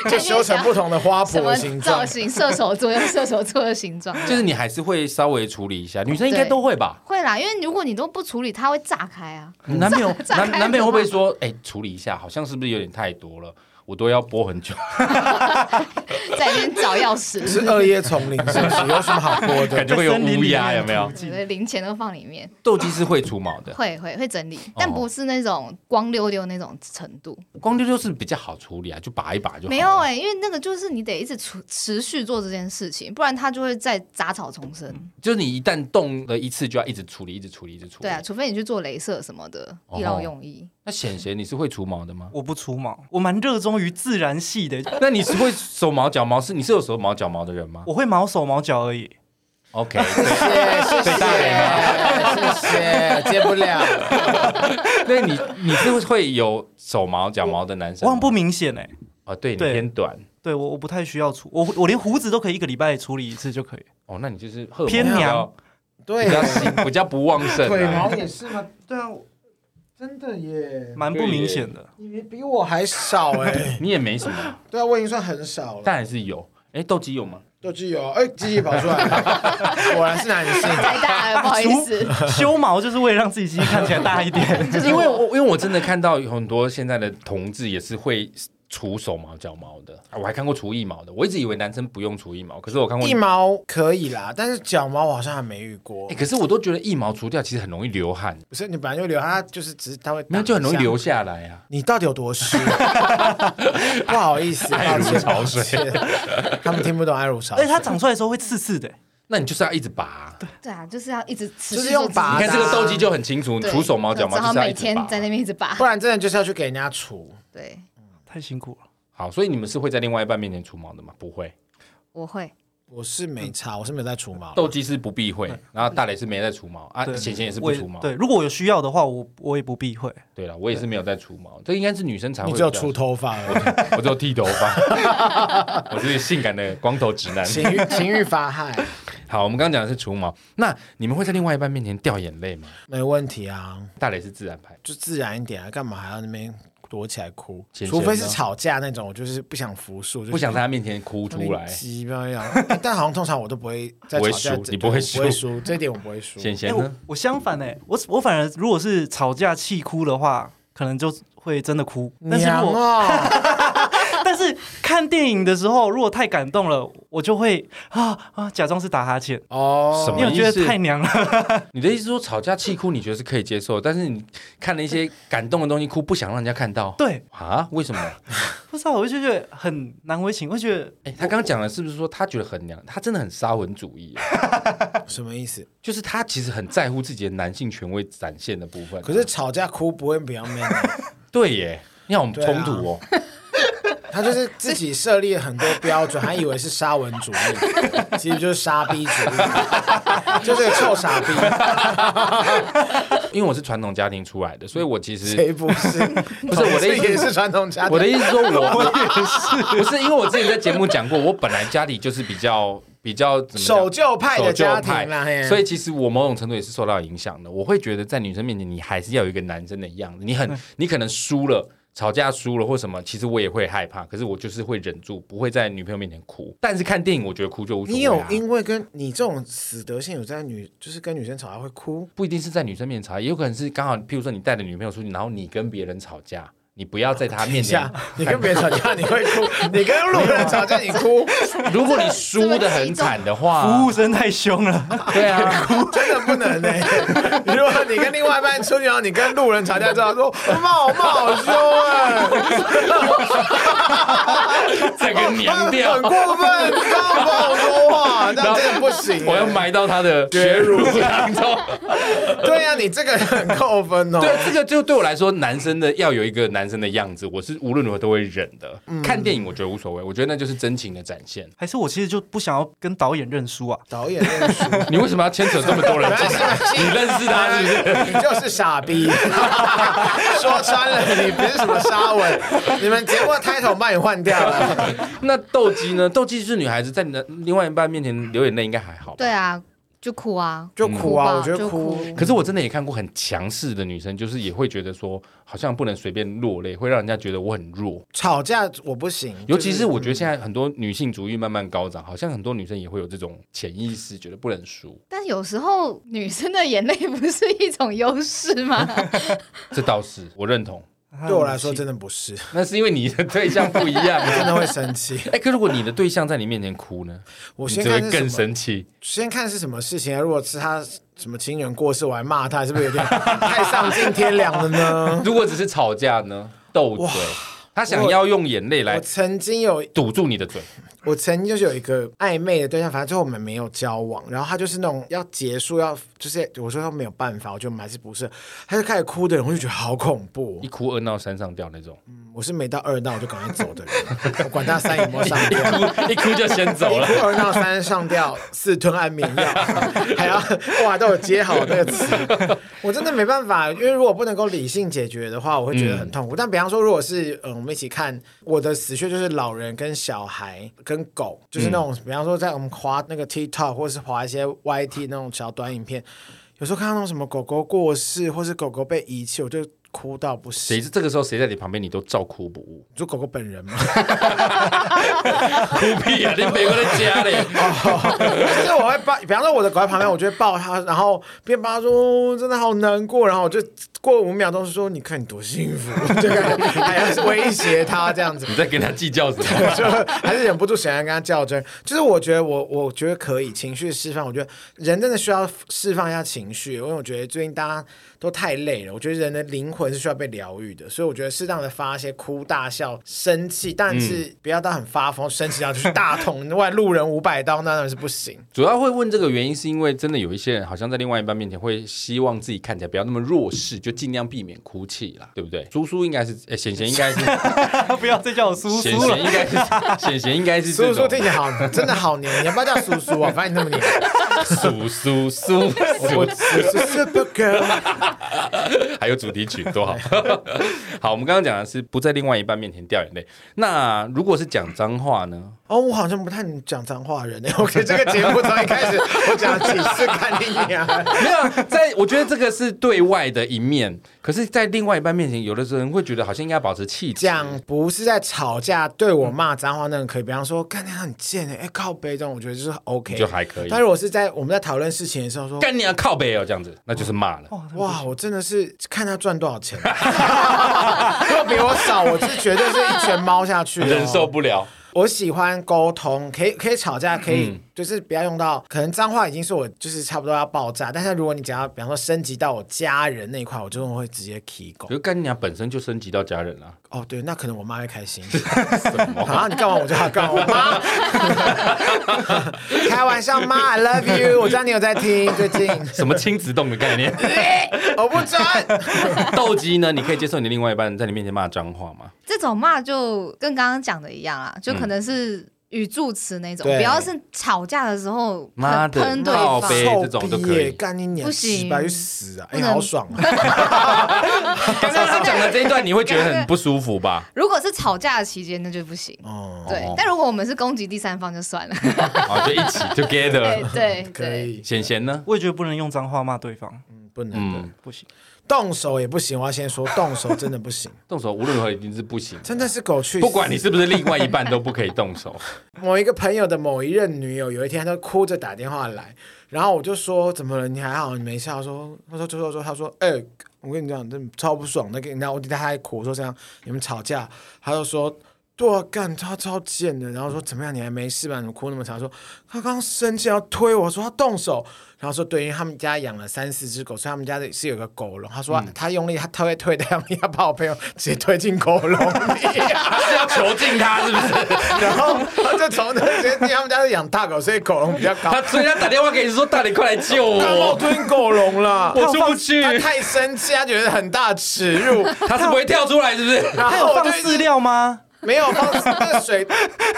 Speaker 2: 就修成不同的花
Speaker 4: 什
Speaker 2: 圃
Speaker 4: 么
Speaker 2: 的形
Speaker 4: 造
Speaker 2: 状。
Speaker 4: 型，射手座有 射手座的形状，
Speaker 1: 就是你还是会稍微处理一下，女生应该
Speaker 4: 对
Speaker 1: 都会吧？
Speaker 4: 会啦，因为如果你都不处理，它会炸开 啊。
Speaker 2: 嗯
Speaker 1: 你男朋 友
Speaker 4: 炸
Speaker 1: 男
Speaker 4: 开
Speaker 1: 男朋友
Speaker 4: 了
Speaker 1: 会不会
Speaker 4: 吗
Speaker 1: 说，哎、处理一下，好像是不是有点太多了？我都要播很久，
Speaker 4: 在那边找钥匙，
Speaker 2: 是二叶丛林，是不 是？有什么好播
Speaker 1: 感
Speaker 2: 的？
Speaker 1: 觉会有
Speaker 3: 在森林
Speaker 1: 乌
Speaker 3: 里
Speaker 1: 鸦，
Speaker 3: 面
Speaker 1: 有没有
Speaker 3: 吐？
Speaker 4: 对对，零钱都放里面，
Speaker 1: 斗鸡是会除毛的，
Speaker 4: 会会会整理，
Speaker 1: 哦
Speaker 4: 但不是那种光溜溜那种程度。
Speaker 1: 光溜溜是比较好处理啊，就拔一拔就好了
Speaker 4: 没有哎、因为那个就是你得一直持持续做这件事情，不然它就会再杂草丛生。
Speaker 1: 就是你一旦动了一次，就要一直处理，一直处理，一直处理。
Speaker 4: 对啊，，除非你去做镭射什么的，
Speaker 1: 哦
Speaker 4: 一劳 永逸。
Speaker 1: 那显贤你是会除毛的吗？
Speaker 3: 我不除毛，我蛮热衷于自然系的，
Speaker 1: 那你是会手毛脚毛是你是有手毛脚毛的人吗
Speaker 3: 我会毛手毛脚而已。
Speaker 1: ？OK，
Speaker 2: 谢谢，谢
Speaker 1: 被大雷
Speaker 2: 谢，谢谢，接不了。
Speaker 1: 那你你是会有手毛脚毛的男生
Speaker 3: 我
Speaker 1: 吗？
Speaker 3: 很不明显哎、
Speaker 1: 啊，对你
Speaker 3: 对
Speaker 1: 偏短
Speaker 3: 对我我不太需要除，我我连胡子都可以一个礼拜处理一次就可以。
Speaker 1: 哦，那你就是荷尔蒙
Speaker 3: 偏
Speaker 1: 比较
Speaker 3: 娘
Speaker 2: 对
Speaker 1: 比，较新 比较不旺盛
Speaker 2: 腿
Speaker 1: 啊
Speaker 2: 毛。也是吗？
Speaker 3: 对啊，
Speaker 2: 真的耶，
Speaker 3: 蛮不明显的。
Speaker 2: 你比我还少哎、
Speaker 1: 你也没什么，
Speaker 2: 对啊，我已经算很少了。
Speaker 1: 但还是有。哎，斗鸡有吗？
Speaker 2: 斗鸡有，哎、鸡鸡跑出 来了，果然是男性。
Speaker 4: 太大了，不好意思。
Speaker 3: 啊 修毛就是为了让自己鸡鸡看起来大一点。
Speaker 4: 就是
Speaker 1: 因为
Speaker 4: 我
Speaker 1: 我因为我真的看到有很多现在的同志也是会除手毛脚毛的、啊，我还看过除腋毛的。我一直以为男生不用除腋毛，可是我看过
Speaker 2: 腋毛可以啦，但是脚毛我好像还没遇过
Speaker 1: 哎、。可是我都觉得腋毛除掉其实很容易流汗，
Speaker 2: 不是你本来就留，它就是只是它会
Speaker 1: 那就很容易流
Speaker 2: 留。
Speaker 1: 下来啊。
Speaker 2: 你到底有 多湿？不好意思，
Speaker 1: 爱
Speaker 2: 抱
Speaker 1: 如
Speaker 2: 歉，
Speaker 1: 潮
Speaker 2: 抱
Speaker 1: 水哎
Speaker 2: 歉， 他们听不懂爱如潮
Speaker 3: 而
Speaker 2: 水
Speaker 3: 且。它哎长出来的时候会刺刺的、
Speaker 1: 那你就是要一直拔啊、
Speaker 4: 对啊，就是要一直持
Speaker 2: 就
Speaker 4: 续
Speaker 2: 是用
Speaker 4: 做自己
Speaker 2: 拔
Speaker 1: 你看
Speaker 2: 的啊
Speaker 1: 这个斗鸡就很清楚，
Speaker 4: 对
Speaker 1: 除手毛脚毛
Speaker 4: 只
Speaker 1: 就
Speaker 4: 好
Speaker 1: 是要一
Speaker 4: 每
Speaker 1: 直
Speaker 4: 天
Speaker 1: 拔。
Speaker 4: 在那边一直拔
Speaker 2: 不。然真的就是要去给人家除。
Speaker 4: 对，
Speaker 3: 太辛苦了。
Speaker 1: 好，所以你们是会在另外一半面前除毛的吗？不会，
Speaker 4: 嗯我会。
Speaker 2: 我是没擦，我是没有在除毛。
Speaker 1: 斗鸡是不避
Speaker 4: 嗯
Speaker 1: 讳，然后大磊是没在除毛啊，
Speaker 3: 对
Speaker 1: 显显也是不
Speaker 3: 我也
Speaker 1: 除毛。
Speaker 3: 对，如果我有需要的话，我我也不避讳。
Speaker 1: 对了，我也是没有在除毛，这应该是女生才会
Speaker 2: 你
Speaker 1: 比
Speaker 2: 只有
Speaker 1: 较。
Speaker 2: 出头发而 已，
Speaker 1: 我只有剃头发， 我是性感的光头直男。
Speaker 2: 情欲情欲发害，
Speaker 1: 好，我们刚刚讲的是除毛，那你们会在另外一半面前掉眼泪吗？
Speaker 2: 没问题啊，
Speaker 1: 大磊是自然派，
Speaker 2: 就自然一点啊，干嘛还要那边躲起来哭？
Speaker 1: 浅
Speaker 2: 除非
Speaker 1: 显
Speaker 2: 是
Speaker 1: 呢
Speaker 2: 吵架那种，我就是不想服输，就是
Speaker 1: 啊不想在他面前哭出来。
Speaker 2: 鸡巴呀！哎 但好像通常我都不会在
Speaker 1: 不会
Speaker 2: 吵架
Speaker 1: 输
Speaker 2: 这，
Speaker 1: 你不会
Speaker 2: 对
Speaker 1: 输
Speaker 2: 我不会输，这一点我不 会输。
Speaker 1: 显
Speaker 3: 哎、
Speaker 1: 显
Speaker 3: 我
Speaker 1: 呢？
Speaker 3: 我相反哎、我我反而如果是吵架气哭的话，可能就会真的哭。但是
Speaker 2: 娘
Speaker 3: 如果
Speaker 2: 哦，
Speaker 3: 但是看电影的时候，如果太感动了，我就会啊啊假装是打哈欠，
Speaker 2: 哦，
Speaker 1: 什
Speaker 3: 因
Speaker 1: 么
Speaker 3: 为我觉
Speaker 1: 意思
Speaker 3: 得太娘了。
Speaker 1: 你的意思是说吵架气哭，你觉得是可以接受，但是你看了一些感动的东西哭，不想让人家看到
Speaker 3: 对，
Speaker 1: 啊？为什么？
Speaker 3: 不知道，我就觉得很难为情，我觉得
Speaker 1: 哎、他刚刚讲的是不是说他觉得很娘？他真的很沙文主义，啊
Speaker 2: 什么意思？
Speaker 1: 就是他其实很在乎自己的男性权威展现的部分。啊
Speaker 2: 可是吵架哭不会比较 man，啊
Speaker 1: 对耶，你看我们冲突哦、
Speaker 2: 他就是自己设立了很多标准，还以为是沙文主义， 其实就是沙逼主义， 就是个臭 傻逼，
Speaker 1: 因为我是传统家庭出来的，所以我其实
Speaker 2: 啊谁不是？
Speaker 1: 不是我的意思
Speaker 2: 也是传统家庭，
Speaker 1: 我的意思说我，我也是，啊不是因为我之前在节目讲过，我本来家里就是比较比较怎么讲
Speaker 2: 守旧派的家
Speaker 1: 守旧
Speaker 2: 庭啦，
Speaker 1: 派
Speaker 2: 嘿
Speaker 1: 所以其实我某种程度也是受到影响的。我会觉得在女生面前，你还是要有一个男生的样子。你
Speaker 2: 嗯
Speaker 1: 很，你可能输了。吵架输了或什么，其实我也会害怕，可是我就是会忍住，不会在女朋友面前哭。但是看电影，我觉得哭就无所
Speaker 2: 你
Speaker 1: 谓、
Speaker 2: 有
Speaker 1: 啊。
Speaker 2: 因为跟你这种死德性有在女，就是跟女生吵架会哭，
Speaker 1: 不一定是在女生面前吵架，也有可能是刚好，譬如说你带着女朋友出去，然后你跟别人吵架，你不要在她面
Speaker 2: 一
Speaker 1: 前
Speaker 2: 下你跟别人吵架你 会哭，你跟路人吵架你哭，
Speaker 1: 如果你输的很惨的话，
Speaker 3: 服务生太凶了。
Speaker 1: 对啊，
Speaker 2: 真的 不能呢、如果你跟另外一半出去，然后你跟路人吵架之后说 骂我骂我凶哎、
Speaker 1: 整个娘掉
Speaker 2: 很，过分，你干嘛不好好说话？这样真的不行欸、
Speaker 1: 我要埋到他的血乳当中。
Speaker 2: 对呀、你这个很扣分 哦。
Speaker 1: 对，这个就对我来说，男生的要有一个男生的样子，我是无论如何都会忍的。看电影我觉得无所谓，我觉得那就是真情的展现。
Speaker 3: 还是我其实就不想要跟导演认输啊，
Speaker 2: 导演认输，
Speaker 1: 你为什么要牵扯这么多人进 来？你认识他是不是？
Speaker 2: 你就是 傻逼，说穿了你不是什么沙文，你们节目的 title 把你换掉了。
Speaker 1: 那斗鸡呢？斗鸡是女孩子在你的另外一半面前流眼泪，应该还好吧。
Speaker 4: 对啊，就哭啊，
Speaker 2: 就哭啊，
Speaker 4: 吧
Speaker 2: 我觉得
Speaker 4: 就
Speaker 2: 哭。
Speaker 1: 可是我真的也看过很强势的女生，就是也会觉得说，好像不能随便落泪，会让人家觉得我很弱。
Speaker 2: 吵架我不行，
Speaker 1: 尤其
Speaker 2: 就是
Speaker 1: 我觉得现在很多女性主义慢慢高涨，好像很多女生也会有这种潜意识，觉得不能输。
Speaker 4: 但有时候女生的眼泪不是一种优势 吗？
Speaker 1: 这倒是我认同，
Speaker 2: 对我
Speaker 1: 啊
Speaker 2: 来说真的不是，
Speaker 1: 那是因为你的对象不一样。
Speaker 2: 真的会生气。
Speaker 1: 哎、可如果你的对象在你面前哭呢，
Speaker 2: 我
Speaker 1: 你
Speaker 2: 先
Speaker 1: 就
Speaker 2: 看
Speaker 1: 会
Speaker 2: 是什
Speaker 1: 更
Speaker 2: 么
Speaker 1: 生气。
Speaker 2: 先看是什么事情啊。如果是他什么亲人过世，我还骂他，是不是有点太丧尽天良了呢？
Speaker 1: 如果只是吵架呢，斗嘴，他想要用眼泪 来
Speaker 2: 我曾经有，
Speaker 1: 堵住你的嘴，
Speaker 2: 我曾经就是有一个暧昧的对象，反正最后我们没有交往。然后他就是那种要结束，要就是我说他没有办法，我觉得我们还是不是，他就开始哭的人，我就觉得好恐怖哦嗯
Speaker 1: 一。哭二闹三上吊那种，
Speaker 2: 我是没到二闹我就赶快走的人， 我管他三有没有上
Speaker 1: 一
Speaker 2: 吊。
Speaker 1: 哭一哭就先走了。
Speaker 2: 二闹三上吊，四吞安眠药，还要哇都有接好这个词，我真的没办法，因为如果不能够理性解决的话，我会觉得很痛
Speaker 1: 嗯
Speaker 2: 苦。但比方说，如果是嗯我们一起看我的死穴，就是老人跟小孩跟狗，就是那种、比方说在我们滑那个 TikTok 或是滑一些 YT 那种小短影片，有时候看到那种什么狗狗过世或是狗狗被遗弃，我就。哭到 不
Speaker 1: 谁
Speaker 2: 行。
Speaker 1: 这个时候谁在你旁边，你都照哭不误。
Speaker 2: 你说狗狗本人吗？
Speaker 1: 哭 屁啊！你美国人家嘞，
Speaker 2: 就是我会抱，比方说我的狗在旁边，我就会抱它，然后边抱它说、哦真的好难过，然后我就过五秒钟说你看你多幸福，就感觉还要威胁它这样子。
Speaker 1: 你在跟他计较什么？
Speaker 2: 就还是忍不住想要跟他较真。就是我觉得我我觉得可以情绪释放，我觉得人真的需要释放一下情绪，因为我觉得最近大家都太累了，我觉得人的灵魂是需要被疗愈的，所以我觉得适当的发一些哭、大笑、生气，但是不要到很发疯，生气到就是大捅外路人五百刀，那当然是不行。
Speaker 1: 主要会问这个原因，是因为真的有一些人好像在另外一半面前会希望自己看起来不要那么弱势，就尽量避免哭泣啦，对不对？叔叔应该是，诶贤贤应该是，
Speaker 3: 他不要再叫我叔
Speaker 1: 贤
Speaker 3: 叔
Speaker 1: 贤
Speaker 3: 了。
Speaker 1: 应该是，贤贤应该是
Speaker 2: 叔
Speaker 1: 这
Speaker 2: 叔
Speaker 1: 种
Speaker 2: 听起来好，真的好黏，你要不要叫叔叔啊？反正你那么黏，
Speaker 1: 叔叔叔
Speaker 2: 我
Speaker 1: 叔，
Speaker 2: 是 super girl，
Speaker 1: 还有主题曲多好。 好，我们刚刚讲的是不在另外一半面前掉眼泪。那如果是讲脏话呢？
Speaker 2: 哦，我好像不太讲脏话的人欸。OK，这个节目从一开始我讲了几次看你呀、
Speaker 1: 没有，啊在我觉得这个是对外的一面，可是，在另外一半面前，有的时候人会觉得好像应该保持气质。
Speaker 2: 讲不是在吵架，对我骂脏话那种可以，比方说干你很贱哎、欸，靠背这种，我觉得就是 OK，
Speaker 1: 就还可以
Speaker 2: 但如果是在我们在讨论事情的时候说，
Speaker 1: 干你啊靠背哦，这样子，那就是骂了。
Speaker 2: 哇，我真的是看他赚多少钱，如果比我少，我是绝对是一拳猫下去、哦，
Speaker 1: 忍受不了，
Speaker 2: 我喜欢沟通，可以可以吵架，可以、
Speaker 1: 嗯
Speaker 2: 就是不要用到，可能脏话已经是我就是差不多要爆炸，但是如果你讲到比方说升级到我家人那一块，我就会直接提狗
Speaker 1: 可。是干娘本身就升级到家人啊了，
Speaker 2: 哦，对，那可能我妈会开 心。啊，你干嘛我就要干嘛？我妈， 开玩笑，妈，I love you，我知道你有在听，最 近
Speaker 1: 什么亲子动的概念？
Speaker 2: 我不准。
Speaker 1: 斗鸡呢？你可以接受你的另外一半在你面前骂脏话吗？
Speaker 4: 这种骂就跟刚刚讲的一样啦，就可能是语助词那种，
Speaker 2: 对
Speaker 4: 不要是吵架的时候
Speaker 1: 嗯妈
Speaker 4: 喷
Speaker 1: 的
Speaker 4: 喷对
Speaker 1: 靠
Speaker 4: 方。
Speaker 1: 背这种都可以
Speaker 2: 臭逼耶干你娘，
Speaker 4: 不行
Speaker 2: 洗白去死啊！哎、
Speaker 4: 不能
Speaker 2: 好爽啊！
Speaker 1: 刚刚他讲的这一段，你会觉得很不舒服 吧？
Speaker 4: 如果是吵架的期间，那就不行。
Speaker 2: 哦，
Speaker 4: 对，但如果我们是攻击第三方就算了。
Speaker 1: 啊，就一起 together。
Speaker 4: 对
Speaker 2: 可
Speaker 4: 对，
Speaker 2: 以，
Speaker 1: 贤贤呢？
Speaker 3: 我也觉得不能用脏话骂对
Speaker 1: 啊
Speaker 3: 方，
Speaker 2: 嗯不能的，
Speaker 1: 嗯，
Speaker 3: 不行。
Speaker 2: 动手也不行。我要先说，动手真的不行，
Speaker 1: 动手无论如何一定是不行，
Speaker 2: 真的是狗去死。
Speaker 1: 不管你是不是另外一半都不可以动 手。
Speaker 2: 某一个朋友的某一任女友，有一天她哭着打电话来，然后我就说怎么了？你还好？你没事啊？她说，她说，就说说，她说，哎、我跟你讲，真的超不爽的，跟你然后我就她还哭，我说这样你们吵架，她就说。对啊，干他超贱的，然后说怎么样，你还没事吧？你哭那么长，说他刚刚生气要推我，说他动手，然后说对，因为他们家养了三四只狗，所以他们家是有个狗笼。他说他用力，他他会推的，他们要把我朋友直接推进狗笼里。
Speaker 1: 他是要囚禁他，是不是？
Speaker 2: 然后他就从那些，因为他们家是养大狗，所以狗笼比较 高
Speaker 1: 他。所以他打电话给你说：“大你快来救
Speaker 2: 他冒
Speaker 1: 我，
Speaker 2: 吞狗笼了，
Speaker 1: 我出不去。
Speaker 2: 他太生气，他觉得很大耻 辱。”
Speaker 1: 他是不会跳出来，是不是？
Speaker 2: 然
Speaker 3: 他
Speaker 2: 后
Speaker 3: 有
Speaker 2: 我
Speaker 3: 放
Speaker 2: 就
Speaker 3: 饲料吗？
Speaker 2: 没有放那个水，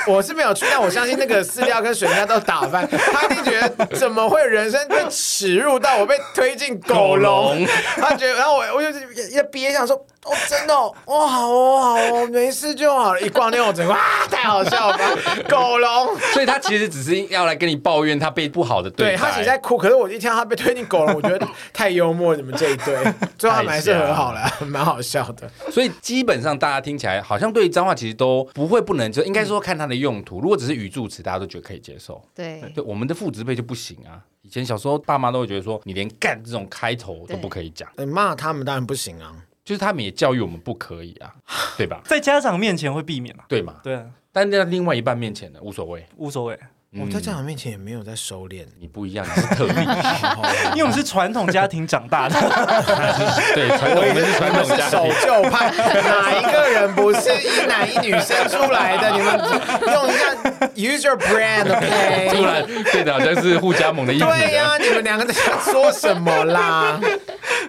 Speaker 2: 我是没有去，但我相信那个饲料跟水应该都打翻。他一定觉得怎么会有人生被耻辱到我被推进狗笼？他觉得，然后我我就是要憋想说，哦，真的哦，哦好哦好哦，没事就好了。一逛那我整个哇，太好笑了吧，狗笼。
Speaker 1: 所以他其实只是要来跟你抱怨他被不好的
Speaker 2: 对
Speaker 1: 待。
Speaker 2: 他其实在哭，可是我一听到他被推进狗笼，我觉得太幽默，你们这一对， 最后他们还是和好了，蛮好笑的。
Speaker 1: 所以基本上大家听起来好像对于脏话其实都不会不能，就应该说看它的用途。如果只是语助词，大家都觉得可以接受。
Speaker 4: 对
Speaker 1: 对，我们的父职辈就不行啊。以前小时候爸妈都会觉得说，你连干这种开头都不可以讲，
Speaker 2: 呃骂他们当然不行啊，
Speaker 1: 就是他们也教育我们不可以啊， 对吧？
Speaker 3: 在家长面前会避免啊。
Speaker 1: 对嘛？
Speaker 3: 对啊，
Speaker 1: 但在另外一半面前呢，无所谓。
Speaker 3: 无 所谓，
Speaker 1: 嗯
Speaker 2: 我在家长面前也没有在收敛。
Speaker 1: 你不一样，你是特例，
Speaker 3: 因为我们是传统家庭长大的，
Speaker 1: 对，传统我们是传
Speaker 2: 你
Speaker 1: 统
Speaker 2: 们是
Speaker 1: 家
Speaker 2: 守
Speaker 1: 庭。
Speaker 2: 旧派，哪一个人不是一男一女生出 来的？你们用一下 use your brand，OK？、
Speaker 1: 突然变得好像是互加盟的一体
Speaker 2: 对呀、
Speaker 1: 了。
Speaker 2: 你们两个在说什么 啦？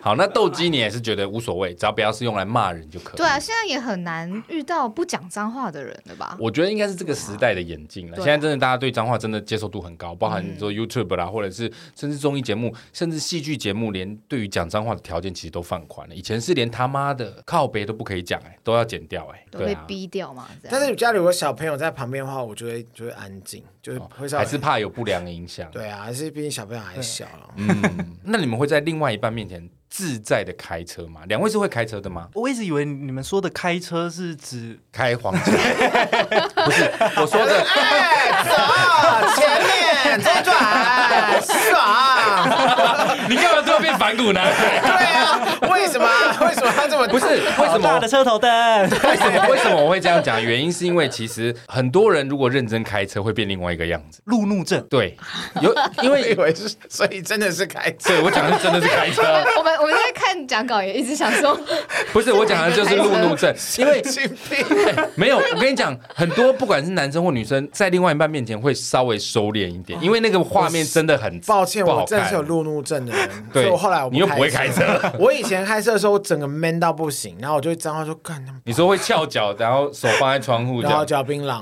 Speaker 1: 好，那斗鸡你也是觉得无所谓，只要不要是用来骂人就可以。
Speaker 4: 对啊，现在也很难遇到不讲脏话的人了吧？
Speaker 1: 我觉得应该是这个时代的演进了。
Speaker 4: 啊对啊嗯
Speaker 1: 现在真的大家对脏话真的接受度很高，包含你说 YouTube 啦，或者是甚至综艺节目，甚至戏剧节目，连对于讲脏话的条件其实都放宽了。以前是连他妈的靠北都不可以讲，哎，都要剪掉，哎，
Speaker 4: 都
Speaker 1: 对
Speaker 4: 被
Speaker 1: 啊，
Speaker 4: 逼掉嘛？这
Speaker 2: 但
Speaker 4: 样
Speaker 2: 是家里有个小朋友在旁边的话，我就会就会安静，就是会稍微
Speaker 1: 哦还是怕有不良影响。
Speaker 2: 对啊，还是毕竟小朋友还小了。
Speaker 1: 嗯，那你们会在另外一半面前自在的开车吗？两位是会开车的吗？
Speaker 3: 我一直以为你们说的开车是指
Speaker 1: 开黄车 不是我说的，
Speaker 2: 哎，走，前面左转，爽。
Speaker 1: 你干嘛突然变反骨男孩？
Speaker 2: 对啊，为什么？为什么他这么
Speaker 1: 不是为什
Speaker 3: 好大
Speaker 1: 么
Speaker 3: 的？车头灯，
Speaker 1: 为什么为什么我会这样讲？原因是因为其实很多人如果认真开车会变另外一个样子。
Speaker 3: 路怒症。
Speaker 1: 对，有因
Speaker 2: 我以
Speaker 1: 为
Speaker 2: 为是，所以真的是开车。
Speaker 1: 对我讲的是真的是开车，
Speaker 4: 我们我们在看讲稿，也一直想说，
Speaker 1: 不是我讲的就是路怒症，因为
Speaker 2: 神经病
Speaker 1: 没有，我跟你讲，很多不管是男生或女生，在另外一半面前会稍微收敛一点，因啊为那个画面真的很
Speaker 2: 抱歉，
Speaker 1: 不好
Speaker 2: 我真的
Speaker 1: 看
Speaker 2: 是有路怒症的人，所
Speaker 1: 对
Speaker 2: 以我后来我
Speaker 1: 你又不会开车。
Speaker 2: 我以前开车的时候，我整个 man 到不行，然后我就脏话说干他妈，
Speaker 1: 你说会翘脚，然后手放在窗户这
Speaker 2: 然后
Speaker 1: 样，
Speaker 2: 嚼槟榔，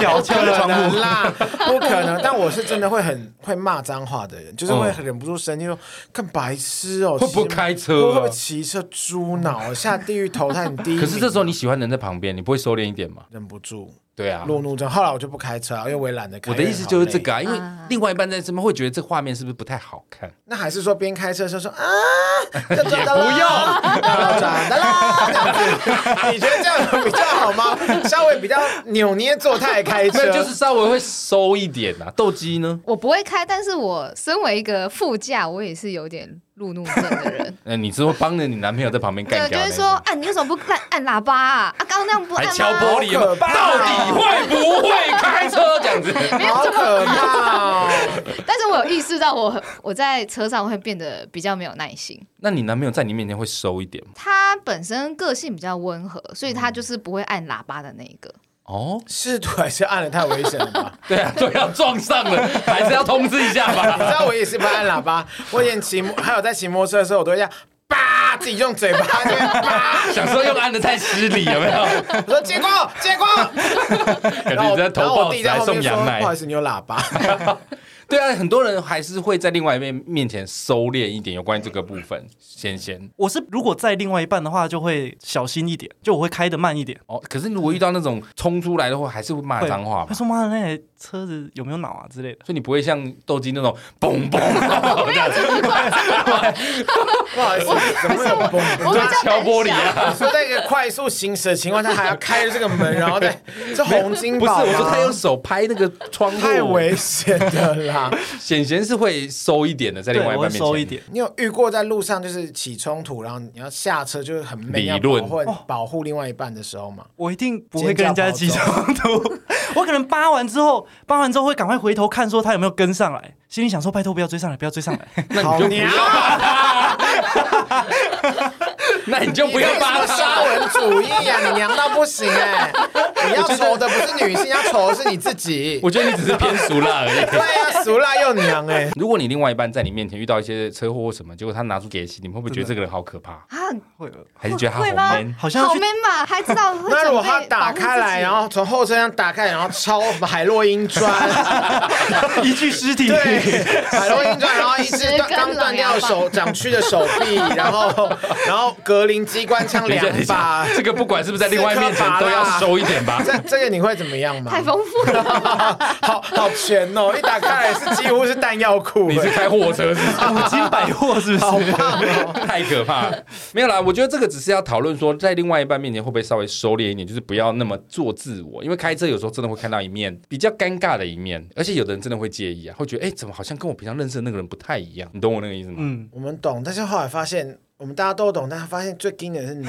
Speaker 3: 脚敲
Speaker 2: 不
Speaker 3: 了
Speaker 2: 可
Speaker 3: 窗户
Speaker 2: 能，啦，不可能。但我是真的会很会骂脏话的人，就是会忍不住生气说干白痴哦，
Speaker 1: 哦会不会
Speaker 2: 骑
Speaker 1: 开车啊
Speaker 2: 会不会骑车猪脑啊下地狱投胎？你第一名，
Speaker 1: 可是这时候你喜欢的人在旁边，你不会收敛一点吗？
Speaker 2: 忍不住
Speaker 1: 对啊，
Speaker 2: 路怒症，后来我就不开车了，因为我也懒得开。
Speaker 1: 我的意思就是这个
Speaker 2: 好累。
Speaker 1: 啊，因为另外一半在这边会觉得这画面是不是不太好看？
Speaker 2: 那还是说边开车的时候说 啊，要转的啦，要转的啦，这样子，你觉得这样比较好吗？ 稍微比较扭捏作态开车，
Speaker 1: 那就是稍微会收一点啊。斗鸡呢？
Speaker 4: 我不会开，但是我身为一个副驾，我也是有点路怒症 的人。
Speaker 1: 那呃你是会帮着你男朋友在旁边干
Speaker 4: 对，
Speaker 1: 掉
Speaker 4: 就
Speaker 1: 那
Speaker 4: 是
Speaker 1: 种？
Speaker 4: 说，啊，你为什么不按按喇叭啊？啊，刚刚那样不按
Speaker 1: 还
Speaker 4: 吗？
Speaker 1: 敲玻璃
Speaker 2: 好可怕
Speaker 1: 到底会不会开车这 样子？
Speaker 2: 好可怕、哦。
Speaker 4: 但是我有意识到我，我在车上会变得比较没有耐心。
Speaker 1: 那你男朋友在你面前会收一点吗？
Speaker 4: 他本身个性比较温和，所以他就是不会按喇叭的那一个。
Speaker 1: 哦，
Speaker 2: 试图还是按的太危险了 吧？
Speaker 1: 对啊，对啊，撞上了，还是要通知一下
Speaker 2: 你知
Speaker 1: 吧。
Speaker 2: 道我也是不按喇叭，我以前骑摩，还有在骑摩托车的时候，我都会这样。叭，自己用嘴巴这边叭，
Speaker 1: 想说又按的太失礼，有没有？
Speaker 2: 我说结光结光，
Speaker 1: 感
Speaker 2: 然后
Speaker 1: 觉你
Speaker 2: 我
Speaker 1: 在
Speaker 2: 然
Speaker 1: 投
Speaker 2: 后我
Speaker 1: 报
Speaker 2: 弟
Speaker 1: 纸
Speaker 2: 在
Speaker 1: 还
Speaker 2: 后
Speaker 1: 送
Speaker 2: 面
Speaker 1: 羊
Speaker 2: 说，
Speaker 1: 奶
Speaker 2: 不好。意思，你有喇叭，
Speaker 1: 对啊，很多人还是会在另外一面面前收敛一点，有关于这个部分。先先
Speaker 3: 我是如果在另外一半的话，就会小心一点，就我会开的慢一点。
Speaker 1: 哦，可是如果遇到那种冲出来的话，还是会骂脏话吧
Speaker 3: 他。说妈的，那台车子有没有脑啊之类的。
Speaker 1: 所以你不会像斗鸡那种嘣嘣这样子
Speaker 2: 不好意思，怎么会有嘣嘣？
Speaker 4: 我比较
Speaker 1: 敲玻璃
Speaker 4: 胆
Speaker 1: 啊？
Speaker 2: 你说在一个快速行驶的情况下，还要开着这个门，然后 再这洪金
Speaker 1: 不是，
Speaker 2: 宝啊吗
Speaker 1: 我说他用手拍那个窗户，
Speaker 2: 太危险的啦。
Speaker 1: 显贤是会收一点的，在另
Speaker 3: 对，
Speaker 1: 外一
Speaker 3: 我会
Speaker 1: 半面前
Speaker 3: 收一点。
Speaker 2: 你有遇过在路上就是起冲突，然后你要下车就是很
Speaker 1: 理
Speaker 2: man 要
Speaker 1: 论哦
Speaker 2: 保护保护另外一半的时候吗？
Speaker 3: 我一定不会跟人家起冲突，我可能扒完之后，扒完之后会赶快回头看，说他有没有跟上来，心里想说拜托不要追上来，不要追 上来。
Speaker 1: 那
Speaker 2: 好
Speaker 1: 你就不
Speaker 3: 啊
Speaker 2: 娘
Speaker 1: 要骂他， 那你就不要骂
Speaker 2: 你这是沙
Speaker 1: 他。
Speaker 2: 文主义啊！你娘到不行 哎、你要愁的不是女性，要愁的是你自己。
Speaker 1: 我觉得你只是偏俗辣而
Speaker 2: 对
Speaker 1: 已。
Speaker 2: 啊，俗辣又娘哎、
Speaker 1: 如果你另外一半在你面前遇到一些车祸或什么，结果他拿出给洗，你们会不会觉得这个人好可怕？
Speaker 4: 啊，
Speaker 3: 会
Speaker 1: 还是觉得他好
Speaker 4: 会吗
Speaker 1: man？
Speaker 3: 好像要
Speaker 4: 好
Speaker 3: 去
Speaker 4: man 吧？还知道会
Speaker 2: 那如果他
Speaker 4: 准备
Speaker 2: 打
Speaker 4: 保护自
Speaker 2: 开来，
Speaker 4: 己
Speaker 2: 然后从后车厢打开，然后抄海洛因砖，
Speaker 3: 一具尸体，
Speaker 2: 对，海洛因砖，然后一只
Speaker 4: 十根
Speaker 2: 断刚断掉
Speaker 4: 狼牙棒
Speaker 2: 手掌区的手臂，然 后然后格林机关枪
Speaker 1: 等一
Speaker 2: 两
Speaker 1: 下，等一
Speaker 2: 把
Speaker 1: 下，，这个不管是不是在另外一面前都要收一点吧。
Speaker 2: 这这个你会怎么样吗？
Speaker 4: 太丰 富了。
Speaker 2: 好好全哦，一打开来是几乎是弹药库、
Speaker 1: 你是
Speaker 2: 欸，
Speaker 1: 开货车是不是？
Speaker 3: 五金百货是 不
Speaker 2: 好
Speaker 3: 是？
Speaker 2: 棒哦！
Speaker 1: 太可怕了，没有啦。我觉得这个只是要讨论说，在另外一半面前会不会稍微收敛一点，就是不要那么做自我。因为开车有时候真的会看到一面比较尴尬的一面，而且有的人真的会介意啊，会觉得哎、诶怎么好像跟我平常认识的那个人不太一样？你懂我那个意思吗？
Speaker 3: 嗯，
Speaker 2: 我们懂，但是后来发现，我们大家都懂，但是发现最惊的是你，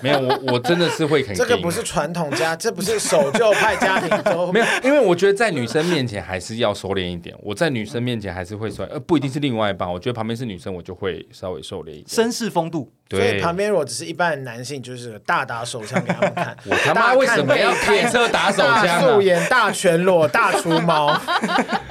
Speaker 1: 没有，我我真的是会很
Speaker 2: 这个
Speaker 1: 硬
Speaker 2: 不是传统家，这不是守旧派家庭都
Speaker 1: 没有，因为我觉得在女生面前还是要收敛一点。我在女生面前还是会说，呃，不一定是另外一半，我觉得旁边是女生，我就会稍微收敛一点。
Speaker 3: 绅士风度，
Speaker 2: 所以
Speaker 1: 对，
Speaker 2: 旁边如果只是一般的男性，就是大打手枪给他们看。
Speaker 1: 我他妈为什么要开车打手枪、
Speaker 2: 大
Speaker 1: 啊？
Speaker 2: 素颜、大全裸、大除 毛，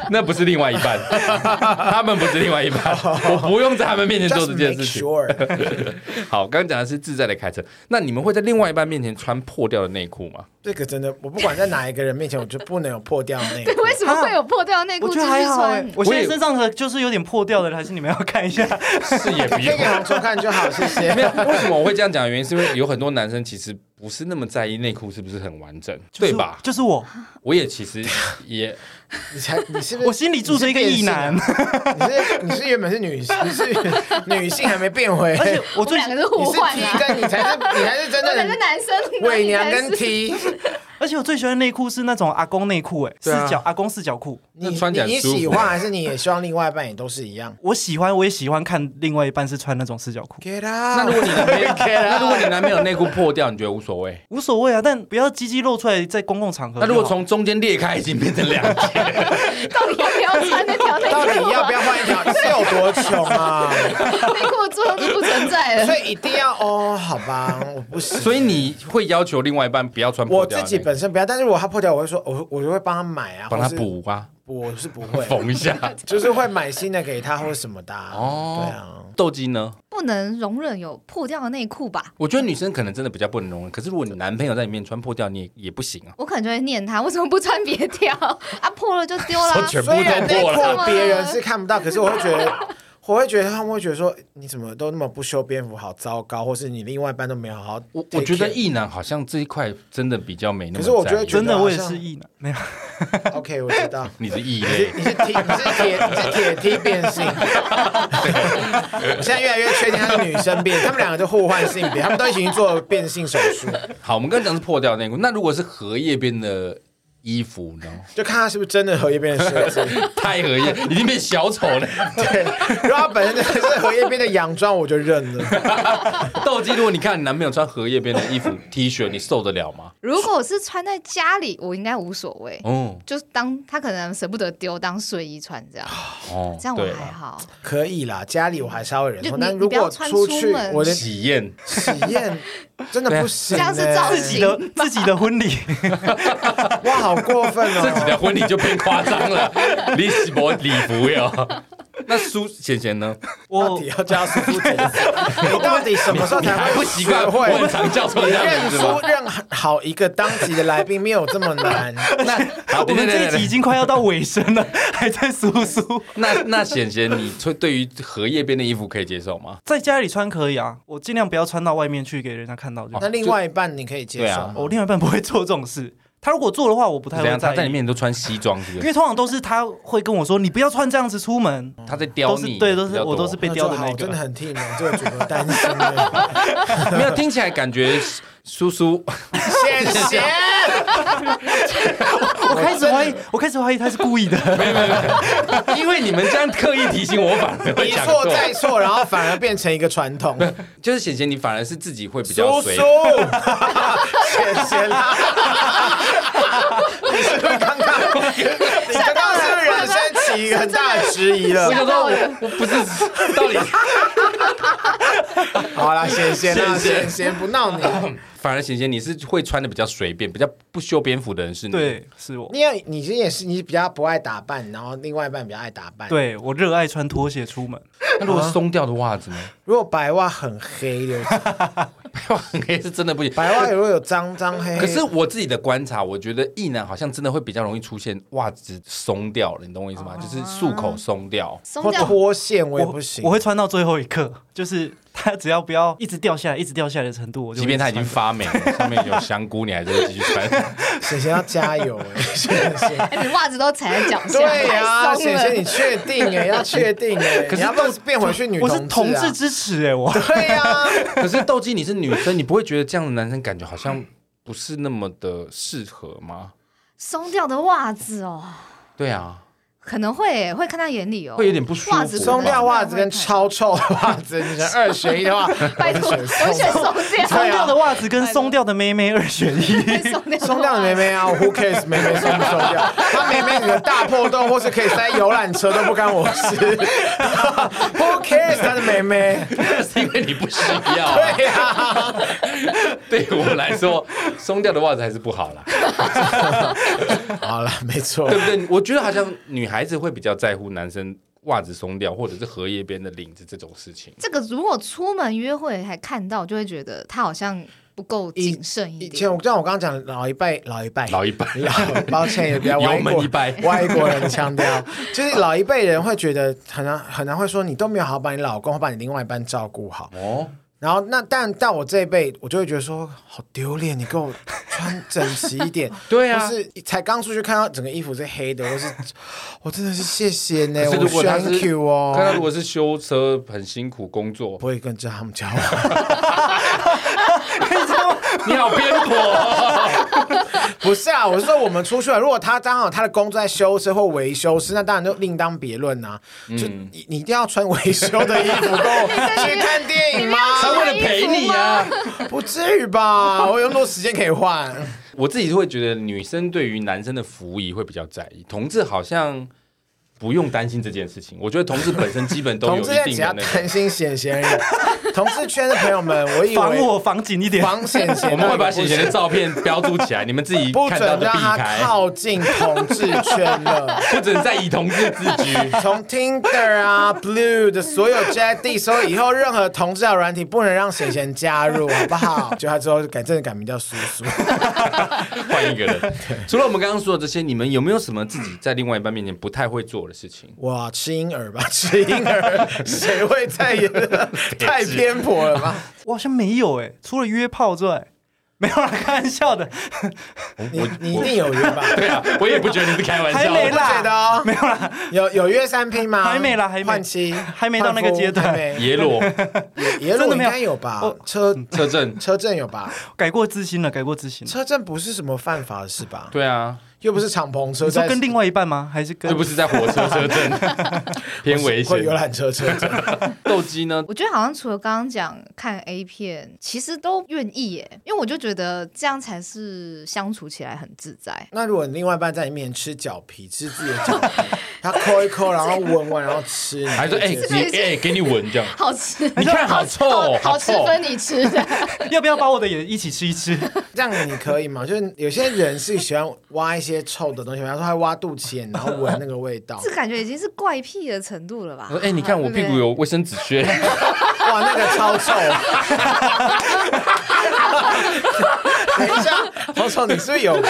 Speaker 1: 那不是另外一半，他们不是另外一半，我不用在他们面前做
Speaker 2: just
Speaker 1: 这件
Speaker 2: make
Speaker 1: 事情。
Speaker 2: sure。
Speaker 1: 好，刚刚讲的是自在的开车，那你们会在另外一半面前穿破掉的内裤吗？
Speaker 2: 这个真的，我不管在哪一个人面前，我就不能有破掉内裤。
Speaker 4: 为什么会有破掉内
Speaker 3: 我觉
Speaker 4: 裤继
Speaker 3: 得
Speaker 4: 续
Speaker 3: 还好哎
Speaker 4: 穿？。
Speaker 3: 我现在
Speaker 1: 也
Speaker 3: 身上的就是有点破掉的，还是你们要看一下？
Speaker 1: 是也不
Speaker 2: 可以
Speaker 1: 用
Speaker 2: 给。黄虫看就好，谢
Speaker 1: 没
Speaker 2: 谢。
Speaker 1: 有，为什么我会这样讲？原因是因为有很多男生其实不不是那么在意内裤是不是很完整，
Speaker 3: 就是
Speaker 1: 对吧？
Speaker 3: 就是我，
Speaker 1: 我也其实也
Speaker 2: 你才你是不是
Speaker 3: 我心里住着一个异男，
Speaker 2: 你是你是原本是女，你是女性还没变 回，
Speaker 3: 而且我
Speaker 4: 我们
Speaker 3: 最
Speaker 4: 两个是
Speaker 2: 你
Speaker 4: 互
Speaker 2: 是
Speaker 4: 换
Speaker 2: T
Speaker 4: 啊，
Speaker 2: 跟你才是你才是真正
Speaker 4: 我们两个
Speaker 2: 的
Speaker 4: 男生，
Speaker 2: 伪
Speaker 4: 然
Speaker 2: 娘
Speaker 4: 后你才
Speaker 2: 跟
Speaker 4: 是
Speaker 2: T，
Speaker 3: 而且我最喜欢的内裤是那种阿公内裤，哎，四
Speaker 2: 对啊
Speaker 3: 角阿公四角裤，
Speaker 2: 你
Speaker 1: 那穿起来
Speaker 2: 你
Speaker 1: 舒服
Speaker 2: 喜欢还是你也希望另外一半也都是一样
Speaker 3: 我喜欢，我也喜欢看另外一半是穿那种四角裤，
Speaker 2: ？Get
Speaker 1: 那如
Speaker 2: out！
Speaker 1: 果你男 朋友，那如果你男朋友内裤破掉，你觉得无所谓？
Speaker 3: 无所谓啊，但不要鸡鸡露出来在公共场合就
Speaker 1: 那
Speaker 3: 好。
Speaker 1: 如果从中间裂开，已经变成两截，
Speaker 4: 到底要不要穿那条内裤、
Speaker 2: 到
Speaker 4: 啊？
Speaker 2: 底要不要换一条？是有多穷啊？
Speaker 4: 内裤最后就不存在了
Speaker 2: 所。以一定要哦，好吧，我不行。
Speaker 1: 所以你会要求另外一半不要穿破
Speaker 2: 我
Speaker 1: 掉
Speaker 2: 自
Speaker 1: 的内裤？
Speaker 2: 己本身不要，但是如果他破掉，我会说，我我就会帮他买啊，
Speaker 1: 帮他
Speaker 2: 或是，
Speaker 1: 补啊，
Speaker 2: 我是不会，
Speaker 1: 缝一下。
Speaker 2: 就是会买新的给他或什么的啊。
Speaker 1: 哦
Speaker 2: 对啊，
Speaker 1: 斗鸡呢？
Speaker 4: 不能容忍有破掉的内裤吧？
Speaker 1: 我觉得女生可能真的比较不能容忍，可是如果你男朋友在里面穿破掉，你也也不行啊。
Speaker 4: 我可能就会念他，为什么不穿别条 啊？破了就丢啦。
Speaker 1: 说全部
Speaker 2: 虽然
Speaker 1: 都
Speaker 2: 内
Speaker 1: 破了，
Speaker 2: 裤别人是看不 到，可是我会觉得，我会觉得他们会觉得说，你怎么都那么不修边幅，好糟糕，或是你另外一半都没有好好。
Speaker 1: 我我觉得异男好像这一块真的比较没那么在意。
Speaker 2: 可是我觉得
Speaker 3: 真的
Speaker 2: 觉得
Speaker 3: 我也
Speaker 2: 好像
Speaker 3: 是异男，没有
Speaker 2: OK，我知道。
Speaker 1: 你是异
Speaker 2: 你是
Speaker 1: 类，
Speaker 2: 你是铁你是铁你是铁梯变性， 我现在越来越确定她是女生变，他们两个就互换性别，他们都一起去做变性手术，
Speaker 1: 好，我们刚刚讲是破掉内裤，那如果是荷叶边的衣服 呢？
Speaker 2: 就看他是不是真的荷叶边的设计。
Speaker 1: 太荷叶已经变小丑了。
Speaker 2: 对，如果他本身真的是荷叶边的洋装，我就认了。
Speaker 1: 斗鸡，如果你看你男朋友穿荷叶边的衣服 T 恤，你受得了吗？
Speaker 4: 如果是穿在家里，我应该无所谓，
Speaker 1: 哦
Speaker 4: 就当他可能舍不得丢，当睡衣穿这样，
Speaker 1: 哦，
Speaker 4: 这样我
Speaker 1: 对
Speaker 4: 还好。
Speaker 2: 可以啦，家里我还稍微忍
Speaker 4: 就
Speaker 2: 受，
Speaker 4: 你
Speaker 2: 但如
Speaker 4: 你不
Speaker 2: 果
Speaker 4: 要穿
Speaker 2: 出
Speaker 4: 出
Speaker 2: 去，
Speaker 4: 门
Speaker 2: 我的
Speaker 1: 喜宴
Speaker 2: 体验真
Speaker 1: 啊
Speaker 2: 的不行、
Speaker 4: 这
Speaker 2: 欸。
Speaker 4: 样是造
Speaker 3: 自己 的自己的婚礼，
Speaker 2: 哇，好过分
Speaker 1: 自己的
Speaker 2: 哦！
Speaker 1: 婚礼就变夸张 了，你是么礼服哟？ 那苏贤贤呢？
Speaker 2: 到
Speaker 3: 我
Speaker 2: 底要叫苏苏 姐，你到底什么时候
Speaker 1: 你
Speaker 2: 才
Speaker 1: 还
Speaker 2: 会
Speaker 1: 不习惯？
Speaker 2: 学
Speaker 1: 我
Speaker 2: 会
Speaker 1: 很常叫错
Speaker 2: 你
Speaker 1: 人家名
Speaker 2: 认
Speaker 1: 字吗
Speaker 2: 输？认好一个当级的来宾没有这么 难，
Speaker 1: 那好，
Speaker 3: 我
Speaker 1: 对
Speaker 3: 们
Speaker 1: 对
Speaker 3: 这
Speaker 1: 对
Speaker 3: 一集
Speaker 1: 对，
Speaker 3: 已经快要到尾声了， 还在苏苏。
Speaker 1: 那那贤贤，你对对于荷叶边的衣服可以接受吗？
Speaker 3: 在家里穿可以啊，我尽量不要穿到外面去给人家看到
Speaker 1: 哦
Speaker 3: 就好。
Speaker 2: 那另外一半你可以接
Speaker 1: 对
Speaker 2: 受
Speaker 1: 啊
Speaker 2: 吗？
Speaker 3: 哦我另外一半不会做这种事，他如果做的话，我不太
Speaker 1: 怎样？
Speaker 3: 会
Speaker 1: 他在
Speaker 3: 在
Speaker 1: 里
Speaker 3: 意。
Speaker 1: 面都穿西装，是不
Speaker 3: 因
Speaker 1: 是？
Speaker 3: 为通常都是他会跟我说：“你不要穿这样子出门。
Speaker 1: 他在”
Speaker 3: 都
Speaker 1: 刁
Speaker 3: 是
Speaker 1: 你，
Speaker 3: 对，都
Speaker 1: 比
Speaker 3: 是
Speaker 1: 较多
Speaker 3: 我都是被刁的
Speaker 2: 那就
Speaker 3: 那
Speaker 2: 好真的
Speaker 3: 个。
Speaker 2: 很替你们这个主播担 心欸。
Speaker 1: 没有听起来感觉苏苏
Speaker 2: 谢谢。
Speaker 3: 我开始怀疑，我开始怀疑他是故意的。
Speaker 1: 没有没有，没有因为你们这样刻意提醒我，我反而会
Speaker 2: 一
Speaker 1: 讲
Speaker 2: 错再错，然后反而变成一个传统。
Speaker 1: 就是显贤，你反而是自己会比较
Speaker 2: 叔叔，
Speaker 1: 随。
Speaker 2: 谢 谢啦。你是不是刚刚？你刚刚是不是人生起一个很大的质疑了
Speaker 1: 我？想说
Speaker 4: 吓 到
Speaker 1: 我，我不是 到底，
Speaker 2: 好啦，谢谢啦，
Speaker 1: 谢谢
Speaker 2: 谢谢，不闹你。
Speaker 1: 反而显贤你是会穿的比较随便，比较不修边幅的人是你。，
Speaker 3: 对，是我。
Speaker 2: 你有，你这也是你比较不爱打扮，然后另外一半比较爱打扮。，
Speaker 3: 对我热爱穿拖鞋出门，
Speaker 1: 那如果松掉的袜子呢？
Speaker 2: 如果白袜很黑的，
Speaker 1: 很黑是真的不行。
Speaker 2: 白袜如果有脏脏黑，
Speaker 1: 可是我自己的观察，我觉得异男好像真的会比较容易出现袜子松掉了，你懂我意思吗？就是束口松掉。
Speaker 4: 松
Speaker 2: 或
Speaker 4: 掉
Speaker 2: 脱线我也
Speaker 3: 我
Speaker 2: 不行
Speaker 3: 我。会穿到最后一刻， 就是他只要不要一直掉下来，一直掉下来的程度，我就
Speaker 1: 即便它已经
Speaker 3: 一直
Speaker 1: 发霉了，上面有香菇，你还是会继续 穿。
Speaker 2: 显显要加油哎，显显。
Speaker 4: 哎，你袜子都踩在脚下，
Speaker 2: 对呀、
Speaker 4: 太松
Speaker 2: 显
Speaker 4: 了。
Speaker 2: 显你确定哎，要确定哎，
Speaker 1: 可是
Speaker 2: 你要不要变回去女
Speaker 3: 穿。我是同
Speaker 2: 志、
Speaker 3: 志
Speaker 2: 啊？
Speaker 3: 支持哎，我
Speaker 2: 对呀、
Speaker 1: 可是斗鸡，你是女生，你不会觉得这样的男生感觉好像不是那么的适合吗？
Speaker 4: 松掉的袜子哦，
Speaker 1: 对啊，
Speaker 4: 可能会会看在眼里哦，
Speaker 1: 会有点不舒服
Speaker 4: 袜子
Speaker 2: 松掉袜子跟超臭的袜子，你选二选一的话，
Speaker 4: 拜托，
Speaker 2: 我
Speaker 4: 我
Speaker 2: 就
Speaker 4: 选
Speaker 2: 松
Speaker 4: 松
Speaker 3: 松啊
Speaker 4: 掉，
Speaker 3: 掉的袜子跟松掉的妹妹二选 一。
Speaker 4: 松掉
Speaker 2: 松掉的妹
Speaker 4: 袜子
Speaker 2: 妹 啊，Who cares 妹妹松不松掉？她妹妹你的大破洞或是可以塞游览车都不干我 事，Who cares 她的妹妹？
Speaker 1: 是因为你不需要、啊。
Speaker 2: 对呀、
Speaker 1: 对我来说，松掉的袜子还是不好啦，
Speaker 2: 好了，没错
Speaker 1: 对。不对？我觉得好像女孩子会比较在乎男生袜子松掉，或者是荷叶边的领子这种事情。
Speaker 4: 这个如果出门约会还看到，就会觉得他好像不够谨慎一
Speaker 2: 以
Speaker 4: 点
Speaker 2: 前。我像我刚刚讲老一辈，老一辈，
Speaker 1: 老一 辈，
Speaker 2: 老抱歉，也比较外
Speaker 1: 油
Speaker 2: 国
Speaker 1: 门一掰
Speaker 2: 外国人腔调，就是老一辈人会觉得很难很难会说你都没有好好把你老公或把你另外一半照顾好，
Speaker 1: 哦，
Speaker 2: 然后那但但我这一辈，我就会觉得说好丢脸，你给我穿整齐一点，
Speaker 1: 对啊
Speaker 2: 或是才刚出去看到整个衣服是黑的，或是我真的是谢谢呢，
Speaker 1: 可是
Speaker 2: 我
Speaker 1: 如果他是
Speaker 2: thank you
Speaker 1: 看他
Speaker 2: 哦，
Speaker 1: 如果是修车很辛苦工 作，
Speaker 2: 不会跟这他们交往，
Speaker 1: 你好偏颇哦，
Speaker 2: 不是啊，我是说我们出去了，如果他刚好他的工作在修车或维修师，那当然就另当别论呐、
Speaker 1: 嗯
Speaker 2: 就你你一定要穿维修的衣服跟我去看电影吗？
Speaker 1: 他为了陪你啊。
Speaker 2: 不至于吧？我有那么多时间可以换。
Speaker 1: 我自己会觉得女生对于男生的服仪会比较在意，同志好像不用担心这件事情。我觉得 同志本身基本都有
Speaker 2: 同志
Speaker 1: 一
Speaker 2: 圈
Speaker 1: 定
Speaker 2: 只
Speaker 1: 的
Speaker 2: 要
Speaker 1: 那个。
Speaker 2: 担心显贤而已。 同志圈的朋友们，我以
Speaker 3: 防
Speaker 2: 为
Speaker 3: 我防紧一点。
Speaker 2: 防显贤，
Speaker 1: 我们会把显贤的照片标注起来，你们自己
Speaker 2: 不
Speaker 1: 看到
Speaker 2: 准
Speaker 1: 的
Speaker 2: 让
Speaker 1: 避
Speaker 2: 他
Speaker 1: 开，
Speaker 2: 靠近同志圈 了。
Speaker 1: 不准再以同志自居。
Speaker 2: 从 Tinder 啊、Blue 的所有 JD，所以以后任何同志的软体不能让显贤加入，好 不好？就他之后改正改名叫苏苏。
Speaker 1: 换一个 人。除了我们刚刚说的这些，你们有没有什么自己在另外一半面前不太会做的事情？
Speaker 2: 哇，吃婴儿吧，吃婴儿，谁会在意？太偏颇了吧？
Speaker 3: 我好像没有哎、除了约炮之外，没有啦，开玩 笑的，
Speaker 2: 你你一定有约吧？
Speaker 1: 对啊，我也不觉得你是开玩
Speaker 3: 还
Speaker 1: 笑
Speaker 3: 没
Speaker 1: 的，
Speaker 2: 不觉得
Speaker 3: 啦，
Speaker 2: 哦
Speaker 3: 没有啦，
Speaker 2: 有有约三拼吗？
Speaker 3: 还没啦还没
Speaker 2: 换妻，
Speaker 3: 还没到那个阶段
Speaker 2: 换夫还没
Speaker 1: 耶鲁
Speaker 2: 耶
Speaker 3: 真
Speaker 2: 鲁
Speaker 3: 的
Speaker 2: 应
Speaker 3: 没有
Speaker 2: 该有吧
Speaker 3: 哦？
Speaker 2: 车
Speaker 1: 车震。
Speaker 2: 车证有吧？
Speaker 3: 改过自新了，改过自新了。
Speaker 2: 车证不是什么犯法的事吧？
Speaker 1: 对啊，
Speaker 2: 又不是敞篷车
Speaker 3: 你说
Speaker 2: 在，呃
Speaker 3: 跟另外一半吗？还是跟
Speaker 1: 这不是在火车车 震，偏危
Speaker 2: 或游
Speaker 1: 险。
Speaker 2: 览车车 证。
Speaker 1: 斗鸡呢？
Speaker 4: 我觉得好像除了刚刚讲看 A 片，其实都愿意耶，因为我就觉得这样才是相处起来很自在。
Speaker 2: 那如果你另外一半在你面前吃脚皮，吃自己的脚皮，他抠一抠，然后闻闻，然后吃，你
Speaker 1: 还说哎、
Speaker 2: 就接受
Speaker 1: 你哎、给你闻这样，
Speaker 4: 好吃，
Speaker 1: 你看好臭哦
Speaker 4: 好
Speaker 1: 好
Speaker 4: 吃
Speaker 1: 臭
Speaker 4: 分你吃的，
Speaker 3: 要不要把我的也一起吃 一吃？
Speaker 2: 这样你可以吗？就是有些人是喜欢挖一些臭的东西，比方说他挖肚脐眼，然后闻那个味 道。
Speaker 4: 这感觉已经是怪癖的程度了吧
Speaker 1: 我？说哎、你看我屁股有卫生纸屑，
Speaker 2: 哇，那个超 臭！等一下，好臭，你是不是有过？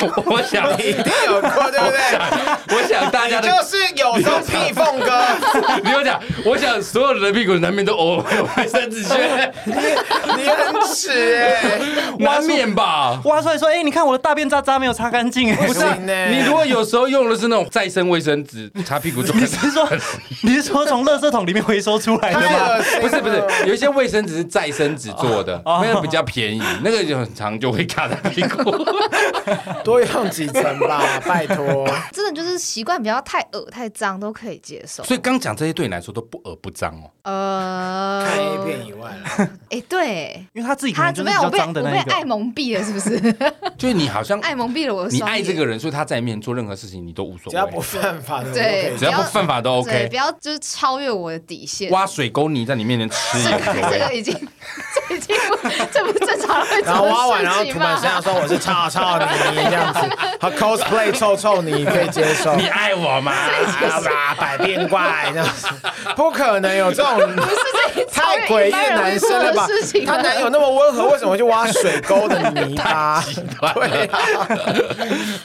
Speaker 1: 我我想
Speaker 2: 你一定有过，对不对？
Speaker 1: 我想大家
Speaker 2: 你
Speaker 1: 的，
Speaker 2: 就是有松屁缝哥，
Speaker 1: 你有讲，我想所有人的屁股难免都偶尔有卫生纸 屑，
Speaker 2: 你很耻哎、
Speaker 1: 难免吧？
Speaker 3: 挖出来说，哎、你看我的大便渣渣没有擦干净、哎，
Speaker 2: 不
Speaker 1: 不是啊、
Speaker 2: 行欸
Speaker 1: 你如果有时候用的是那种再生卫生纸擦屁股就很，
Speaker 3: 你是说你是说从垃圾桶里面回收出来的
Speaker 2: 太
Speaker 3: 吗？
Speaker 2: 恶心了
Speaker 1: 不是不是，有一些卫生纸是再生纸做的，那个比较便宜，那个就很长就会卡在屁股。
Speaker 2: 多用几层吧，拜托。
Speaker 4: 真的就是习惯不要太恶太脏都可以接受。
Speaker 1: 所以刚讲这些对你来说都不恶不脏哦。
Speaker 4: 呃，
Speaker 2: 看 A 片以外啦，
Speaker 4: 哎，对，
Speaker 3: 因为他自己可
Speaker 4: 他
Speaker 3: 能就
Speaker 4: 怎
Speaker 3: 是
Speaker 4: 么
Speaker 3: 比
Speaker 4: 样？我
Speaker 3: 较
Speaker 4: 被
Speaker 3: 脏的那
Speaker 4: 我被
Speaker 3: 一
Speaker 4: 爱
Speaker 3: 个。
Speaker 4: 蒙蔽了，是 不是？
Speaker 1: 就是你好像
Speaker 4: 爱蒙蔽了我的
Speaker 1: 你
Speaker 4: 双眼。
Speaker 1: 爱这个人，所以他在你面前做任何事情你都无所
Speaker 2: 只要不
Speaker 1: 谓，
Speaker 2: 犯法的，我都可
Speaker 4: 对
Speaker 2: 以
Speaker 1: 只。要不犯法都
Speaker 4: 对，
Speaker 1: OK
Speaker 4: 不。要就是超越我的底线。
Speaker 1: 挖水沟泥在你面前吃
Speaker 4: 这
Speaker 1: 也无所
Speaker 2: 哎
Speaker 4: 个这
Speaker 1: 谓。
Speaker 4: 个已经， 这已经不这不是正常人会
Speaker 2: 然后挖
Speaker 4: 做
Speaker 2: 完，然后
Speaker 4: 的事
Speaker 2: 涂
Speaker 4: 情
Speaker 2: 满身
Speaker 4: 嘛
Speaker 2: 上？说我是臭臭泥这样子，和 cosplay 臭臭泥可以接受。
Speaker 1: 你爱我吗？
Speaker 2: 啊吧，百变怪那不可能有这种太诡异的男生了吧
Speaker 4: 超越一般人会做的事？情
Speaker 2: 她男友那么温和，为什么会去挖水沟的泥巴？对 啊，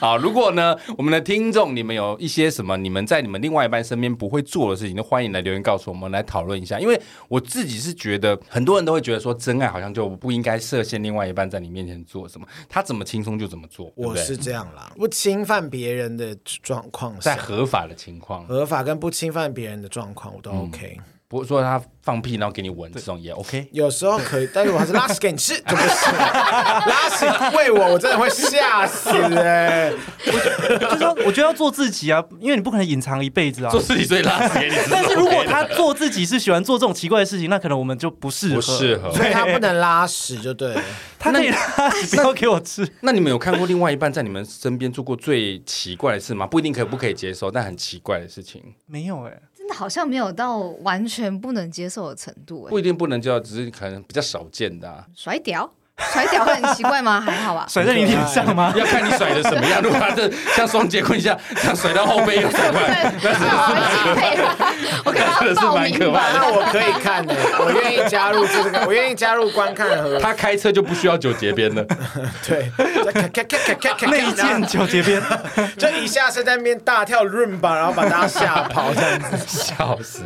Speaker 1: 好，如果呢，我们的听众你们有一些什么你们在你们另外一半身边不会做的事情，都欢迎来留言告诉我们，来讨论一下。因为我自己是觉得，很多人都会觉得说，真爱好像就不应该设限，另外一半在你面前做什么，他怎么轻松就怎么做，对不
Speaker 2: 我
Speaker 1: 对
Speaker 2: 是这样啦，不侵犯别人的状况
Speaker 1: 在
Speaker 2: 下，
Speaker 1: 合法的情况，
Speaker 2: 合法跟不侵犯别人的状况我都
Speaker 1: 嗯
Speaker 2: OK。
Speaker 1: 不是说他放屁然后给你闻这种也 OK。
Speaker 2: 有时候可以，但是我还是拉 屎给你吃，就不行。拉屎喂我，我真的会吓死哎、
Speaker 3: 就是说， 我觉得要做自己啊，因为你不可能隐藏一辈子啊
Speaker 1: 做。自己所以拉屎给你吃 OK 的，
Speaker 3: 但是如果他做自己是喜欢做这种奇怪的事情，那可能我们就不适合。
Speaker 1: 不适合，
Speaker 2: 所以他不能拉屎就对 了。
Speaker 3: 他可以让他不要给我吃。
Speaker 1: 那你们有看过另外一半在你们身边做过最奇怪的事吗？不一定可不可以接受，但很奇怪的事情，
Speaker 3: 没有哎、
Speaker 4: 真的好像没有到完全不能接受的程度、
Speaker 1: 不
Speaker 4: 哎，
Speaker 1: 一定不能叫，只是可能比较少见的啊、
Speaker 4: 甩屌，甩屌会很奇 怪吗？还好吧。
Speaker 3: 甩在你脸上吗？
Speaker 1: 要看你甩的什么样，如果他这像双节棍一样，像甩到后背又甩过 来，
Speaker 4: 那我配吧，啊我给他报 名吧。
Speaker 2: 那我可以看的、我愿意加入这个，我 愿意加入观看 和
Speaker 1: 他开车就不需要九节鞭了。
Speaker 2: 对，咔咔咔咔咔咔
Speaker 4: 啊
Speaker 3: 内建九节鞭，
Speaker 2: 就一下车在那边大跳 room 吧，然后把大家吓跑这样子。
Speaker 1: 笑死！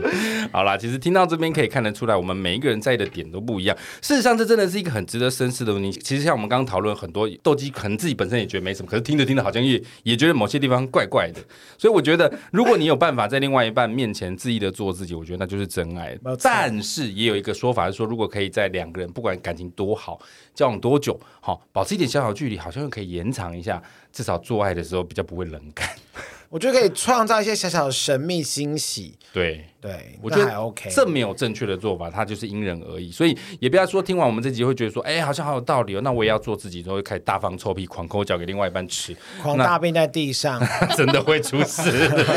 Speaker 1: 好啦，其实听到这边可以看得出来，我们每一个人在意的点都不一样。事实上，这真的是一个很值得深思的问题。其实像我们刚刚讨论很多斗鸡，可能自己本身也觉得没什么，可是听着听着好像也也觉得某些地方怪怪的。所以我觉得，如果你有办法在另外一半面前恣意的做自己，我觉得那就是真爱
Speaker 2: 没有。错
Speaker 1: 但是也有一个说法是说，如果可以在两个人不管感情多好，交往多久，好、保持一点小小距离，好像又可以延长一下，至少做爱的时候比较不会冷感。
Speaker 2: 我觉得可以创造一些小小的神秘惊喜，
Speaker 1: 对。
Speaker 2: 对，
Speaker 1: 我
Speaker 2: 那
Speaker 1: 觉得
Speaker 2: 还 OK。
Speaker 1: 这没有正确的做法，它就是因人而异。所以也不要说听完我们这集会觉得说，哎、好像好有道理哦，那我也要做自己，然后就开始大放臭屁，狂抠脚给另外一半吃，
Speaker 2: 狂大便在地 上，
Speaker 1: 真的会出事，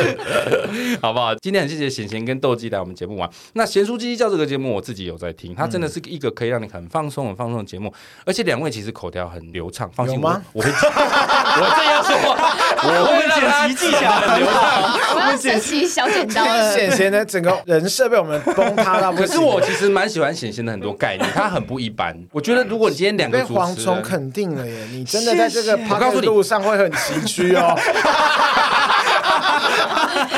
Speaker 1: 好不好？今天很谢谢贤贤跟斗鸡来我们节目玩。那贤叔鸡鸡叫这个节目我自己有在听，它
Speaker 2: 嗯
Speaker 1: 真的是一个可以让你很放松、很放松的节目，而且两位其实口条很流畅，放心
Speaker 2: 有吗
Speaker 1: 我我会，我这样说， 我会让他啊
Speaker 3: 剪辑技巧
Speaker 1: 很流畅。
Speaker 4: 我要神奇小剪刀
Speaker 2: 但
Speaker 4: 了
Speaker 2: 是。显贤的整个人设被我们崩塌到不
Speaker 1: 可
Speaker 2: 行。
Speaker 1: 是我其实蛮喜欢显贤的很多概念，他很不一般。我觉得如果你今天两个
Speaker 2: 被
Speaker 1: 主
Speaker 2: 蝗
Speaker 1: 持
Speaker 2: 虫
Speaker 1: 人，
Speaker 2: 肯定了耶！你真的在这个
Speaker 3: 谢谢
Speaker 2: 爬
Speaker 1: 我告诉
Speaker 2: 的
Speaker 1: 你
Speaker 2: 路上会很崎岖 哦。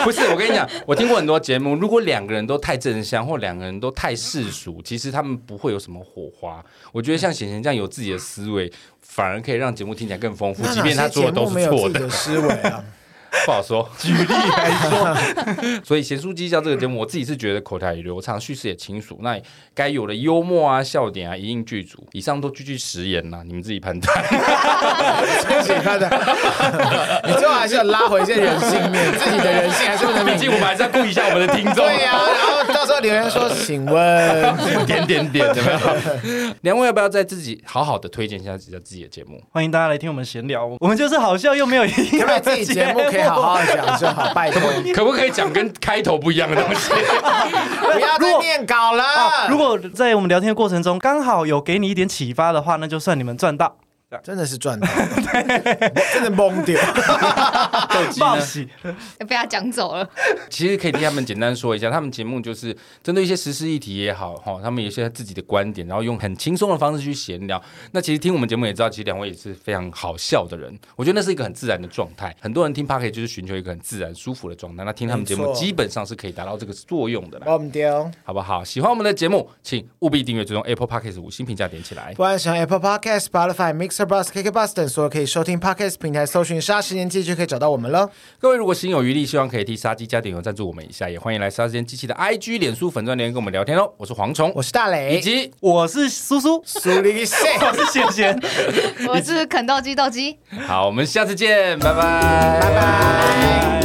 Speaker 1: 不是我跟你讲，我听过很多节目，如果两个人都太正向，或两个人都太世俗，其实他们不会有什么火花。我觉得像显贤这样有自己的思维，反而可以让节目听起来更丰富，
Speaker 2: 那
Speaker 1: 即便他
Speaker 2: 哪些
Speaker 1: 做
Speaker 2: 节
Speaker 1: 的都
Speaker 2: 目没
Speaker 1: 是
Speaker 2: 有
Speaker 1: 错
Speaker 2: 自己
Speaker 1: 的，
Speaker 2: 的思维啊？
Speaker 1: 不好说。举例来说， 所以贤淑鸡叫这个节目，我自己是觉得口条也流畅，叙事也清楚，那该有的幽默啊、笑点啊一应俱足。以上都句句实言呐、你们自己判 断。
Speaker 2: 恭喜他的， 你最后还是要拉回一些人性面，自己的人性还是不能
Speaker 1: 毕
Speaker 2: 泯
Speaker 1: 竟我们还是要顾一下我们的听众。
Speaker 2: 对呀、然后到时候留言说，请问
Speaker 1: 点点点，有没有？两位要不要再自己好好的推荐一下自己的自己的节目？
Speaker 3: 欢迎大家来听我们闲聊，我们就是好笑又没有营
Speaker 2: 可不
Speaker 3: 养
Speaker 2: 可以
Speaker 3: 的
Speaker 2: 自己节目可以好好的讲就好？拜托，
Speaker 1: 可不可以讲跟开头不一样的 东西？
Speaker 2: 不要再念稿了。
Speaker 3: 啊如果在我们聊天的过程中刚好有给你一点启发的话，那就算你们赚到。
Speaker 2: 真的是赚到，真的懵 掉。
Speaker 3: 报喜，
Speaker 4: 被他讲走了，
Speaker 1: 其实可以听他们简单说一下，他们节目就是针对一些时事议题也好，哈，他们有一些自己的观点，然后用很轻松的方式去闲聊。那其实听我们节目也知道，其实两位也是非常好笑的人，我觉得那是一个很自然的状态。很多人听 p a r k 就是寻求一个很自然、舒服的状态。那听他们节
Speaker 2: 没
Speaker 1: 目
Speaker 2: 错
Speaker 1: 基本上是可以达到这个作用的啦。
Speaker 2: 懵掉。
Speaker 1: 好不好？喜欢我们的节目，请务必订阅、追踪 Apple Podcast 五星评价点起来。
Speaker 2: 不管使用 Apple Podcast、Spotify、Mixer、Bus、KK Bus 等所有可以收听 Podcast 平台，搜寻“杀时间机”就可以找到我们了。
Speaker 1: 各位如果心有余力，希望可以替杀鸡加点油赞助我们一下，也欢迎来杀时间机器的 IG、脸书粉专留言跟我们聊天哦。我是蝗虫，
Speaker 2: 我是大
Speaker 1: 以
Speaker 2: 雷，
Speaker 1: 及
Speaker 3: 我是苏苏，
Speaker 2: 苏黎世。
Speaker 3: 我是 贤贤。
Speaker 4: 我是肯豆鸡豆鸡。
Speaker 1: 好，我们下次见，拜拜，拜拜。
Speaker 3: 拜拜